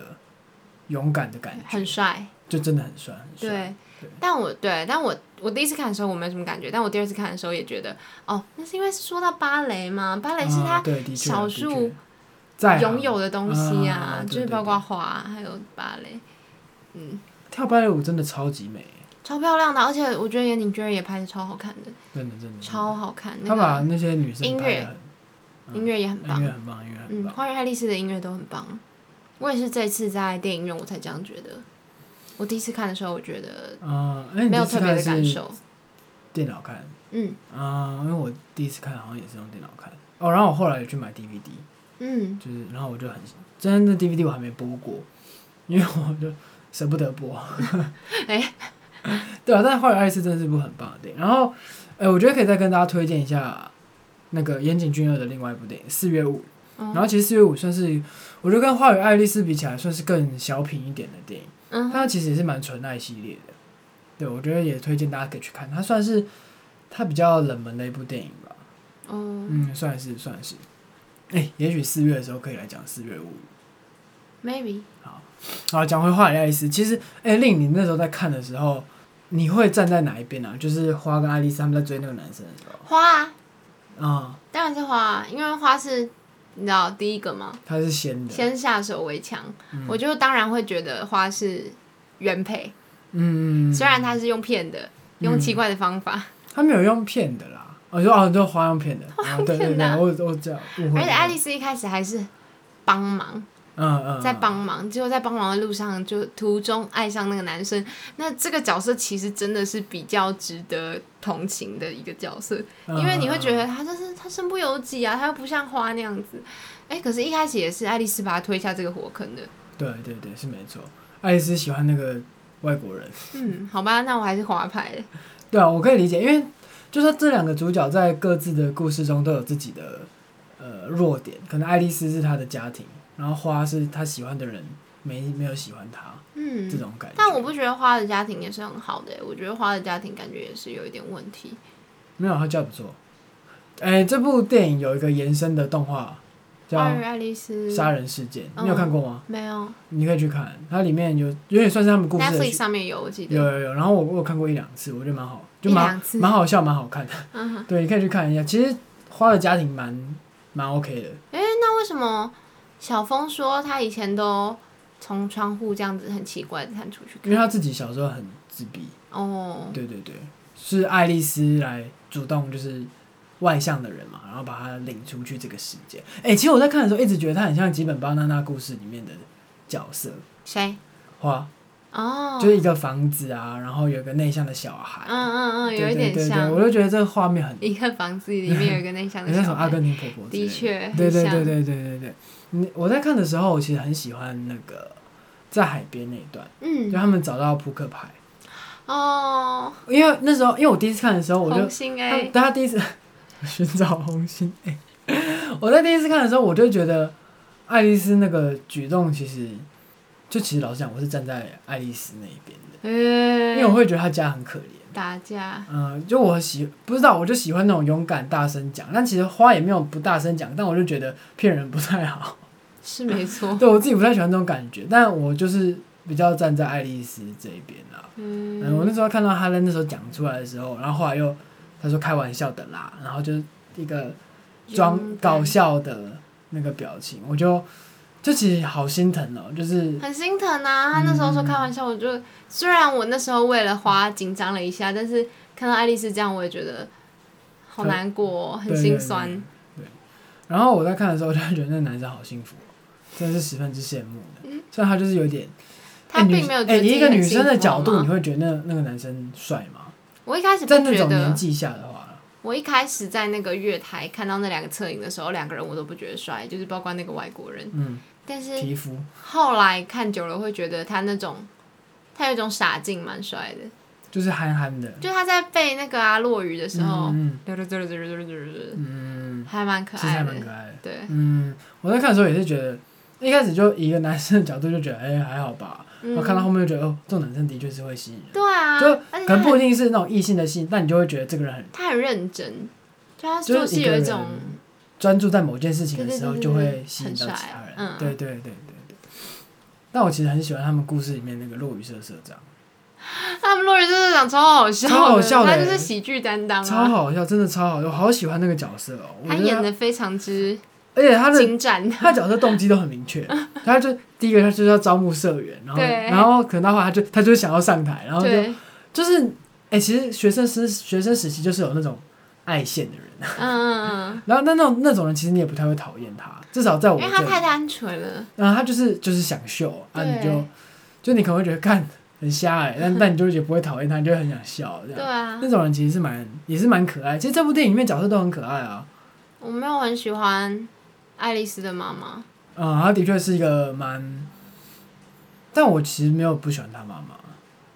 [SPEAKER 1] 勇敢的感
[SPEAKER 2] 很
[SPEAKER 1] 觉，
[SPEAKER 2] 帅，
[SPEAKER 1] 就真的很帅，很帅。
[SPEAKER 2] 对
[SPEAKER 1] 对。
[SPEAKER 2] 但我对，但我我第一次看的时候我没什么感觉，但我第二次看的时候也觉得，哦，那是因为说到芭蕾嘛，芭蕾是
[SPEAKER 1] 嗯
[SPEAKER 2] 他
[SPEAKER 1] 对的确
[SPEAKER 2] 少
[SPEAKER 1] 的确
[SPEAKER 2] 数
[SPEAKER 1] 在啊
[SPEAKER 2] 拥
[SPEAKER 1] 行
[SPEAKER 2] 有的东西
[SPEAKER 1] 啊
[SPEAKER 2] 啊，
[SPEAKER 1] 对
[SPEAKER 2] 就是
[SPEAKER 1] 对
[SPEAKER 2] 包括花还有芭蕾，嗯，
[SPEAKER 1] 跳芭蕾舞真的超级美，
[SPEAKER 2] 超漂亮的，而且我觉得严景娟也拍的超好看的，
[SPEAKER 1] 真的真的。
[SPEAKER 2] 超好看。那
[SPEAKER 1] 他
[SPEAKER 2] 个
[SPEAKER 1] 把那些女生拍的嗯
[SPEAKER 2] 音乐也很棒
[SPEAKER 1] 音乐。很棒，音乐很
[SPEAKER 2] 嗯，
[SPEAKER 1] 棒。
[SPEAKER 2] 花园爱丽丝的音乐都很棒。我也是这次在电影院我才这样觉得。我第一次看的时候，我觉得
[SPEAKER 1] 嗯，哎，你
[SPEAKER 2] 没有
[SPEAKER 1] 第一次
[SPEAKER 2] 特别的
[SPEAKER 1] 看
[SPEAKER 2] 感
[SPEAKER 1] 是
[SPEAKER 2] 受。
[SPEAKER 1] 电脑看，
[SPEAKER 2] 嗯
[SPEAKER 1] 嗯，因为我第一次看好像也是用电脑看，哦，然后我后来也去买 DVD。
[SPEAKER 2] 嗯，
[SPEAKER 1] 就是然后我就很真的 DVD 我还没播过，因为我就舍不得播。
[SPEAKER 2] 哎
[SPEAKER 1] 对啊，但是《花园爱丽丝》真的是一部很棒的电影。然后，哎、我觉得可以再跟大家推荐一下那个岩井俊二的另外一部电影《四月五》。
[SPEAKER 2] 哦
[SPEAKER 1] 然后其实《四月五》算是我觉得跟《花园爱丽丝》比起来，算是更小品一点的电影。
[SPEAKER 2] 嗯
[SPEAKER 1] 它其实也是蛮纯爱系列的。对，我觉得也推荐大家可以去看，它算是它比较冷门的一部电影吧。
[SPEAKER 2] 哦，
[SPEAKER 1] 嗯，算是算是。哎、也许四月的时候可以来讲《四月五》。
[SPEAKER 2] maybe
[SPEAKER 1] 好，讲回《花与爱丽丝》，其实，哎、令你那时候在看的时候，你会站在哪一边啊？就是花跟爱丽丝他们在追那个男生的时候，
[SPEAKER 2] 花啊，
[SPEAKER 1] 啊、
[SPEAKER 2] 当然是花啊，因为花是你知道第一个嘛，
[SPEAKER 1] 他是先的，
[SPEAKER 2] 先下手为强。
[SPEAKER 1] 嗯
[SPEAKER 2] 我就当然会觉得花是原配，
[SPEAKER 1] 嗯，
[SPEAKER 2] 虽然他是用骗的，用奇怪的方法，
[SPEAKER 1] 他没有用骗的啦，我、说哦，就花用骗的，啊，对对
[SPEAKER 2] 骗
[SPEAKER 1] 对
[SPEAKER 2] 的，啊
[SPEAKER 1] 我我这样误会，
[SPEAKER 2] 而且哎爱丽，丝一开始还是帮忙。
[SPEAKER 1] 嗯嗯，
[SPEAKER 2] 在帮忙，结果在帮忙的路上就途中爱上那个男生。那这个角色其实真的是比较值得同情的一个角色，
[SPEAKER 1] 嗯，
[SPEAKER 2] 因为你会觉
[SPEAKER 1] 得，
[SPEAKER 2] 得他就是他身不由己啊，他又不像花那样子。哎、可是，一开始也是爱丽丝把他推下这个火坑的。
[SPEAKER 1] 对对对，是没错，爱丽丝喜欢那个外国人，
[SPEAKER 2] 嗯，好吧，那我还是滑牌的。
[SPEAKER 1] 对啊，我可以理解，因为就是这两个主角在各自的故事中都有自己的呃弱点，可能爱丽丝是她的家庭，然后花是她喜欢的人没没有喜欢她、这
[SPEAKER 2] 嗯，
[SPEAKER 1] 种感觉。
[SPEAKER 2] 但我不觉得花的家庭也是很好的、欸我觉得花的家庭感觉也是有一点问题。
[SPEAKER 1] 没有，她叫不错。哎、这部电影有一个延伸的动画叫
[SPEAKER 2] 花
[SPEAKER 1] 《
[SPEAKER 2] 与爱丽丝
[SPEAKER 1] 杀人事件》，
[SPEAKER 2] 嗯
[SPEAKER 1] 你有看过啊吗？
[SPEAKER 2] 没有
[SPEAKER 1] 你可以去看，它里面有有点算是他们故事的
[SPEAKER 2] ，Netflix 上面有，我记
[SPEAKER 1] 有
[SPEAKER 2] 得。
[SPEAKER 1] 有有，然后我我有看过一两次，我觉得蛮好，就
[SPEAKER 2] 一
[SPEAKER 1] 蛮
[SPEAKER 2] 两次
[SPEAKER 1] 蛮好笑，蛮好看的。
[SPEAKER 2] 嗯哼，
[SPEAKER 1] 对，你可以去看一下。其实花的家庭蛮蛮 OK 的，
[SPEAKER 2] 那为什么小峰说他以前都从窗户这样子很奇怪的看出去
[SPEAKER 1] 因为他自己小时候很自闭，
[SPEAKER 2] 哦，
[SPEAKER 1] 对对对，是爱丽丝来主动就是外向的人嘛，然后把他领出去这个世界。哎、其实我在看的时候一直觉得他很像吉本巴娜娜故事里面的角色
[SPEAKER 2] 谁？
[SPEAKER 1] 花，
[SPEAKER 2] 哦，
[SPEAKER 1] 就是一个房子啊，然后有个内向的小孩，
[SPEAKER 2] 嗯嗯嗯，有
[SPEAKER 1] 对对
[SPEAKER 2] 一点
[SPEAKER 1] 对对，
[SPEAKER 2] 像
[SPEAKER 1] 我就觉得这个画面很
[SPEAKER 2] 一个房子里面有一个内 向
[SPEAKER 1] 很
[SPEAKER 2] 的
[SPEAKER 1] 像什
[SPEAKER 2] 小
[SPEAKER 1] 么阿
[SPEAKER 2] 孩，
[SPEAKER 1] 根廷婆婆之类
[SPEAKER 2] 的确，
[SPEAKER 1] 对对
[SPEAKER 2] 很
[SPEAKER 1] 对
[SPEAKER 2] 像
[SPEAKER 1] 对对对对，你我在看的时候，我其实很喜欢那个在海边那一段，就
[SPEAKER 2] 嗯，
[SPEAKER 1] 他们找到扑克牌，
[SPEAKER 2] 哦，
[SPEAKER 1] 因为那时候因为我第一次看的时候，我就
[SPEAKER 2] 红心
[SPEAKER 1] 他
[SPEAKER 2] 哎，
[SPEAKER 1] 但他第一次 寻找红心哎、 我在第一次看的时候，我就觉得爱丽丝那个举动其实。就其实老实讲，我是站在爱丽丝那一边的，因为我
[SPEAKER 2] 呃，
[SPEAKER 1] 会觉得她家很可怜。
[SPEAKER 2] 打架，
[SPEAKER 1] 嗯，就我喜不知道，我就喜欢那种勇敢大声讲，但其实花也没有不大声讲，但我就觉得骗人不太好。
[SPEAKER 2] 是 没错，
[SPEAKER 1] 对我自己不太喜欢这种感觉，但我就是比较站在爱丽丝这一边啦。嗯，我
[SPEAKER 2] 嗯，
[SPEAKER 1] 那时候看到他在那时候讲出来的时候，然后后来又他说开玩笑的啦，然后就是一个装
[SPEAKER 2] 勇敢
[SPEAKER 1] 搞笑的那个表情，我就就其实好心疼哦、就是
[SPEAKER 2] 很心疼啊！他那时候说开玩笑，我就虽然我那时候为了花紧张了一下，但是看到爱丽丝这样，我也觉得好难过哦、很
[SPEAKER 1] 对
[SPEAKER 2] 心
[SPEAKER 1] 对
[SPEAKER 2] 酸。
[SPEAKER 1] 对，然后我在看的时候，我就觉得那个男生好幸福哦，真的是十分之羡慕的。
[SPEAKER 2] 嗯
[SPEAKER 1] 虽然他就是有点，
[SPEAKER 2] 他
[SPEAKER 1] 哎女
[SPEAKER 2] 并没有觉
[SPEAKER 1] 哎、
[SPEAKER 2] 得自
[SPEAKER 1] 你
[SPEAKER 2] 己
[SPEAKER 1] 一个
[SPEAKER 2] 很
[SPEAKER 1] 女
[SPEAKER 2] 幸
[SPEAKER 1] 生的
[SPEAKER 2] 福
[SPEAKER 1] 角
[SPEAKER 2] 好
[SPEAKER 1] 度，
[SPEAKER 2] 吗
[SPEAKER 1] 你会觉得那那个男生帅吗？
[SPEAKER 2] 我一开始不
[SPEAKER 1] 在那
[SPEAKER 2] 觉
[SPEAKER 1] 种年
[SPEAKER 2] 得，
[SPEAKER 1] 纪下的话，
[SPEAKER 2] 我一开始在那个月台看到那两个侧影的时候，两个人我都不觉得帅，就是包括那个外国人。
[SPEAKER 1] 嗯，
[SPEAKER 2] 但是
[SPEAKER 1] 皮肤
[SPEAKER 2] 后来看久了，会觉得他那种，他有一种傻劲，蛮帅的。
[SPEAKER 1] 就是憨憨的，
[SPEAKER 2] 就他在背那个啊落雨的时候，
[SPEAKER 1] 嗯
[SPEAKER 2] 嗯，还蛮可
[SPEAKER 1] 其实还
[SPEAKER 2] 爱的
[SPEAKER 1] 蛮。可爱的。
[SPEAKER 2] 对，
[SPEAKER 1] 嗯，我在看的时候也是觉得，一开始就以一个男生的角度就觉得，哎、还好吧。然后看到后面就觉得，哦，这种男生的确是会吸引人，
[SPEAKER 2] 嗯对啊，
[SPEAKER 1] 就
[SPEAKER 2] 而且
[SPEAKER 1] 可
[SPEAKER 2] 他
[SPEAKER 1] 能
[SPEAKER 2] 很
[SPEAKER 1] 不一定是那种异性的吸引，但你就会觉得这个人很
[SPEAKER 2] 他很认真，就他
[SPEAKER 1] 就是是一
[SPEAKER 2] 有
[SPEAKER 1] 个
[SPEAKER 2] 一
[SPEAKER 1] 人
[SPEAKER 2] 种
[SPEAKER 1] 专注在某件事情的时候，
[SPEAKER 2] 对对对对
[SPEAKER 1] 就会吸引到
[SPEAKER 2] 很
[SPEAKER 1] 其
[SPEAKER 2] 帅
[SPEAKER 1] 他人。
[SPEAKER 2] 嗯
[SPEAKER 1] 对对对对对。但我其实很喜欢他们故事里面那个落雨社社长，
[SPEAKER 2] 他们落日社社长超好笑的，
[SPEAKER 1] 超好笑的
[SPEAKER 2] 他就是喜剧担当
[SPEAKER 1] 超
[SPEAKER 2] 啊，
[SPEAKER 1] 好笑，真的超好笑，我好喜欢那个角色哦、我
[SPEAKER 2] 他
[SPEAKER 1] 觉得
[SPEAKER 2] 演的非常之
[SPEAKER 1] 而且他的
[SPEAKER 2] 精湛，
[SPEAKER 1] 他角色动机都很明 确，他就第一个他就是要招募社员，然后
[SPEAKER 2] 对
[SPEAKER 1] 然后可能的话他就他就想要上台，然后就
[SPEAKER 2] 对，
[SPEAKER 1] 就是哎、其实学生时学生时期就是有那种爱现的人，啊
[SPEAKER 2] 嗯嗯
[SPEAKER 1] 然后那那种那种人其实你也不太会讨厌他，至少在我
[SPEAKER 2] 嗯，因
[SPEAKER 1] 这
[SPEAKER 2] 为他
[SPEAKER 1] 里，
[SPEAKER 2] 太单纯了，
[SPEAKER 1] 然后他就是就是想秀啊，
[SPEAKER 2] 对
[SPEAKER 1] 你就就你可能会觉得看很瞎哎、但但你就也不会讨厌他，你就会很想笑这
[SPEAKER 2] 对
[SPEAKER 1] 样。
[SPEAKER 2] 啊，
[SPEAKER 1] 那种人其实是蛮也是蛮可爱，其实这部电影里面角色都很可爱啊，
[SPEAKER 2] 我没有很喜欢爱丽丝的妈妈，
[SPEAKER 1] 嗯，他的确是一个蛮，但我其实没有不喜欢他妈妈。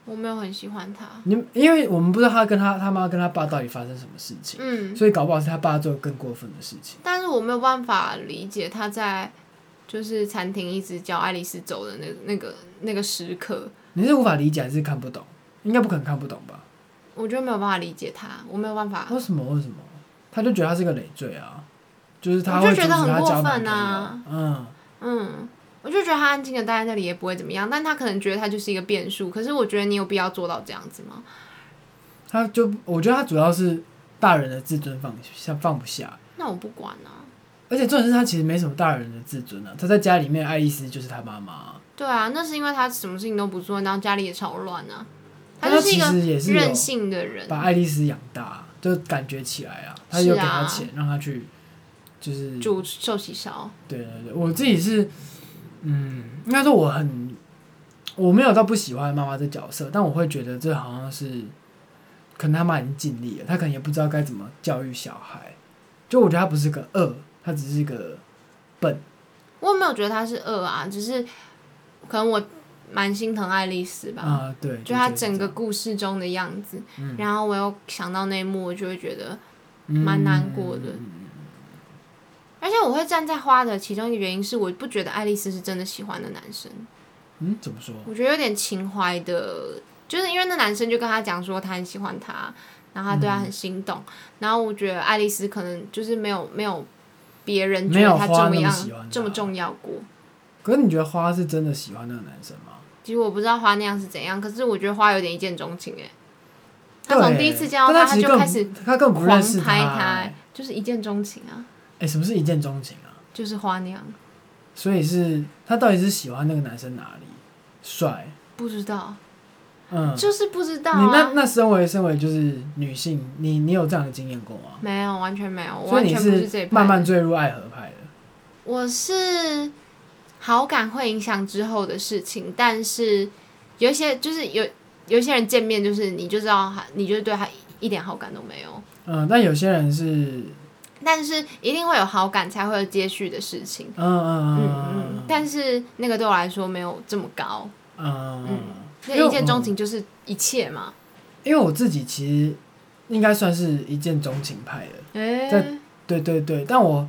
[SPEAKER 2] 我没有很喜欢她，
[SPEAKER 1] 你因为我们不知道他跟他他妈跟他爸到底发生什么事情，
[SPEAKER 2] 嗯，
[SPEAKER 1] 所以搞不好是他爸做更过分的事情。
[SPEAKER 2] 但是我没有办法理解她在就是餐厅一直叫爱丽丝走的那那个那个时刻，
[SPEAKER 1] 你是无法理解还是看不懂？应该不可能看不懂吧？
[SPEAKER 2] 我就没有办法理解她，我没有办法。
[SPEAKER 1] 为什么？为什么？他就觉得他是个累赘啊，就是他
[SPEAKER 2] 我就
[SPEAKER 1] 会阻
[SPEAKER 2] 觉
[SPEAKER 1] 止
[SPEAKER 2] 得很
[SPEAKER 1] 他
[SPEAKER 2] 过
[SPEAKER 1] 交男
[SPEAKER 2] 分
[SPEAKER 1] 朋
[SPEAKER 2] 啊
[SPEAKER 1] 友。嗯，
[SPEAKER 2] 嗯，我就觉得他安静的待在那里也不会怎么样，但他可能觉得他就是一个变数。可是我觉得你有必要做到这样子吗？
[SPEAKER 1] 他就我觉得他主要是大人的自尊放下放不下，
[SPEAKER 2] 那我不管啊。
[SPEAKER 1] 而且重点是他其实没什么大人的自尊啊。他在家里面，爱丽丝就是他妈妈啊，
[SPEAKER 2] 对啊，那是因为他什么事情都不做，然后家里也超乱啊。他
[SPEAKER 1] 但
[SPEAKER 2] 就
[SPEAKER 1] 他
[SPEAKER 2] 是一
[SPEAKER 1] 其
[SPEAKER 2] 个
[SPEAKER 1] 实也是有
[SPEAKER 2] 任性的人。
[SPEAKER 1] 把爱丽丝养大，就感觉起来啊，他有给他
[SPEAKER 2] 是
[SPEAKER 1] 钱、让他去，就是
[SPEAKER 2] 煮寿喜烧，
[SPEAKER 1] 对对对，我自己是，嗯，应该说我很，我没有到不喜欢妈妈这角色，但我会觉得这好像是，可能他妈已经尽力了，他可能也不知道该怎么教育小孩，就我觉得他不是个恶，他只是个笨，
[SPEAKER 2] 我也没有觉得他是恶啊，只是可能我蛮心疼爱丽丝吧。
[SPEAKER 1] 啊、对，
[SPEAKER 2] 就
[SPEAKER 1] 他
[SPEAKER 2] 他整个故事中的样子，
[SPEAKER 1] 嗯
[SPEAKER 2] 然后我又想到那一幕，我就会觉得蛮难过
[SPEAKER 1] 嗯
[SPEAKER 2] 的。而且我会站在花的其中一个原因是，我不觉得爱丽丝是真的喜欢的男生，
[SPEAKER 1] 嗯，怎么说？
[SPEAKER 2] 我觉得有点情怀的，就是因为那男生就跟他讲说他很喜欢他，然后他对
[SPEAKER 1] 嗯
[SPEAKER 2] 他很心动，然后我觉得爱丽丝可能就是没有没有别人觉
[SPEAKER 1] 没
[SPEAKER 2] 得
[SPEAKER 1] 有
[SPEAKER 2] 他
[SPEAKER 1] 花
[SPEAKER 2] 这
[SPEAKER 1] 那么
[SPEAKER 2] 样
[SPEAKER 1] 喜欢他
[SPEAKER 2] 这么重要过。
[SPEAKER 1] 可是你觉得花是真的喜欢那个男生吗？
[SPEAKER 2] 其实我不知道花那样是怎样，可是我觉得花有点一见钟情哎、他
[SPEAKER 1] 对
[SPEAKER 2] 从第一次见到
[SPEAKER 1] 但
[SPEAKER 2] 他
[SPEAKER 1] 其实
[SPEAKER 2] 就
[SPEAKER 1] 根本
[SPEAKER 2] 开始
[SPEAKER 1] 他根本不
[SPEAKER 2] 狂
[SPEAKER 1] 认识欸
[SPEAKER 2] 拍
[SPEAKER 1] 他
[SPEAKER 2] 他，就是一见钟情啊，
[SPEAKER 1] 哎，什么是一见钟情啊？
[SPEAKER 2] 就是花那样，
[SPEAKER 1] 所以是他到底是喜欢那个男生哪里帅？
[SPEAKER 2] 不知道，
[SPEAKER 1] 嗯，
[SPEAKER 2] 就是不知道
[SPEAKER 1] 你那
[SPEAKER 2] 啊，
[SPEAKER 1] 那身为身为就是女性，你你有这样的经验过吗？
[SPEAKER 2] 没有，完全没有，我
[SPEAKER 1] 所
[SPEAKER 2] 完
[SPEAKER 1] 以你
[SPEAKER 2] 全不这一
[SPEAKER 1] 是
[SPEAKER 2] 派的
[SPEAKER 1] 慢慢坠入爱河派的。
[SPEAKER 2] 我是好感会影响之后的事情，但是有一些就是有有一些人见面，就是你就知道他，你就是对他一点好感都没有。
[SPEAKER 1] 嗯，但有些人是，
[SPEAKER 2] 但是一定会有好感才会有接续的事情。
[SPEAKER 1] 嗯嗯
[SPEAKER 2] 嗯
[SPEAKER 1] 嗯
[SPEAKER 2] 嗯，但是那个对我来说没有这么高。
[SPEAKER 1] 嗯嗯，
[SPEAKER 2] 那
[SPEAKER 1] 因为
[SPEAKER 2] 一见
[SPEAKER 1] 我
[SPEAKER 2] 钟情就是一切嘛。
[SPEAKER 1] 因为我自己其实应该算是一见钟情派的，
[SPEAKER 2] 哎、
[SPEAKER 1] 在对对对，但我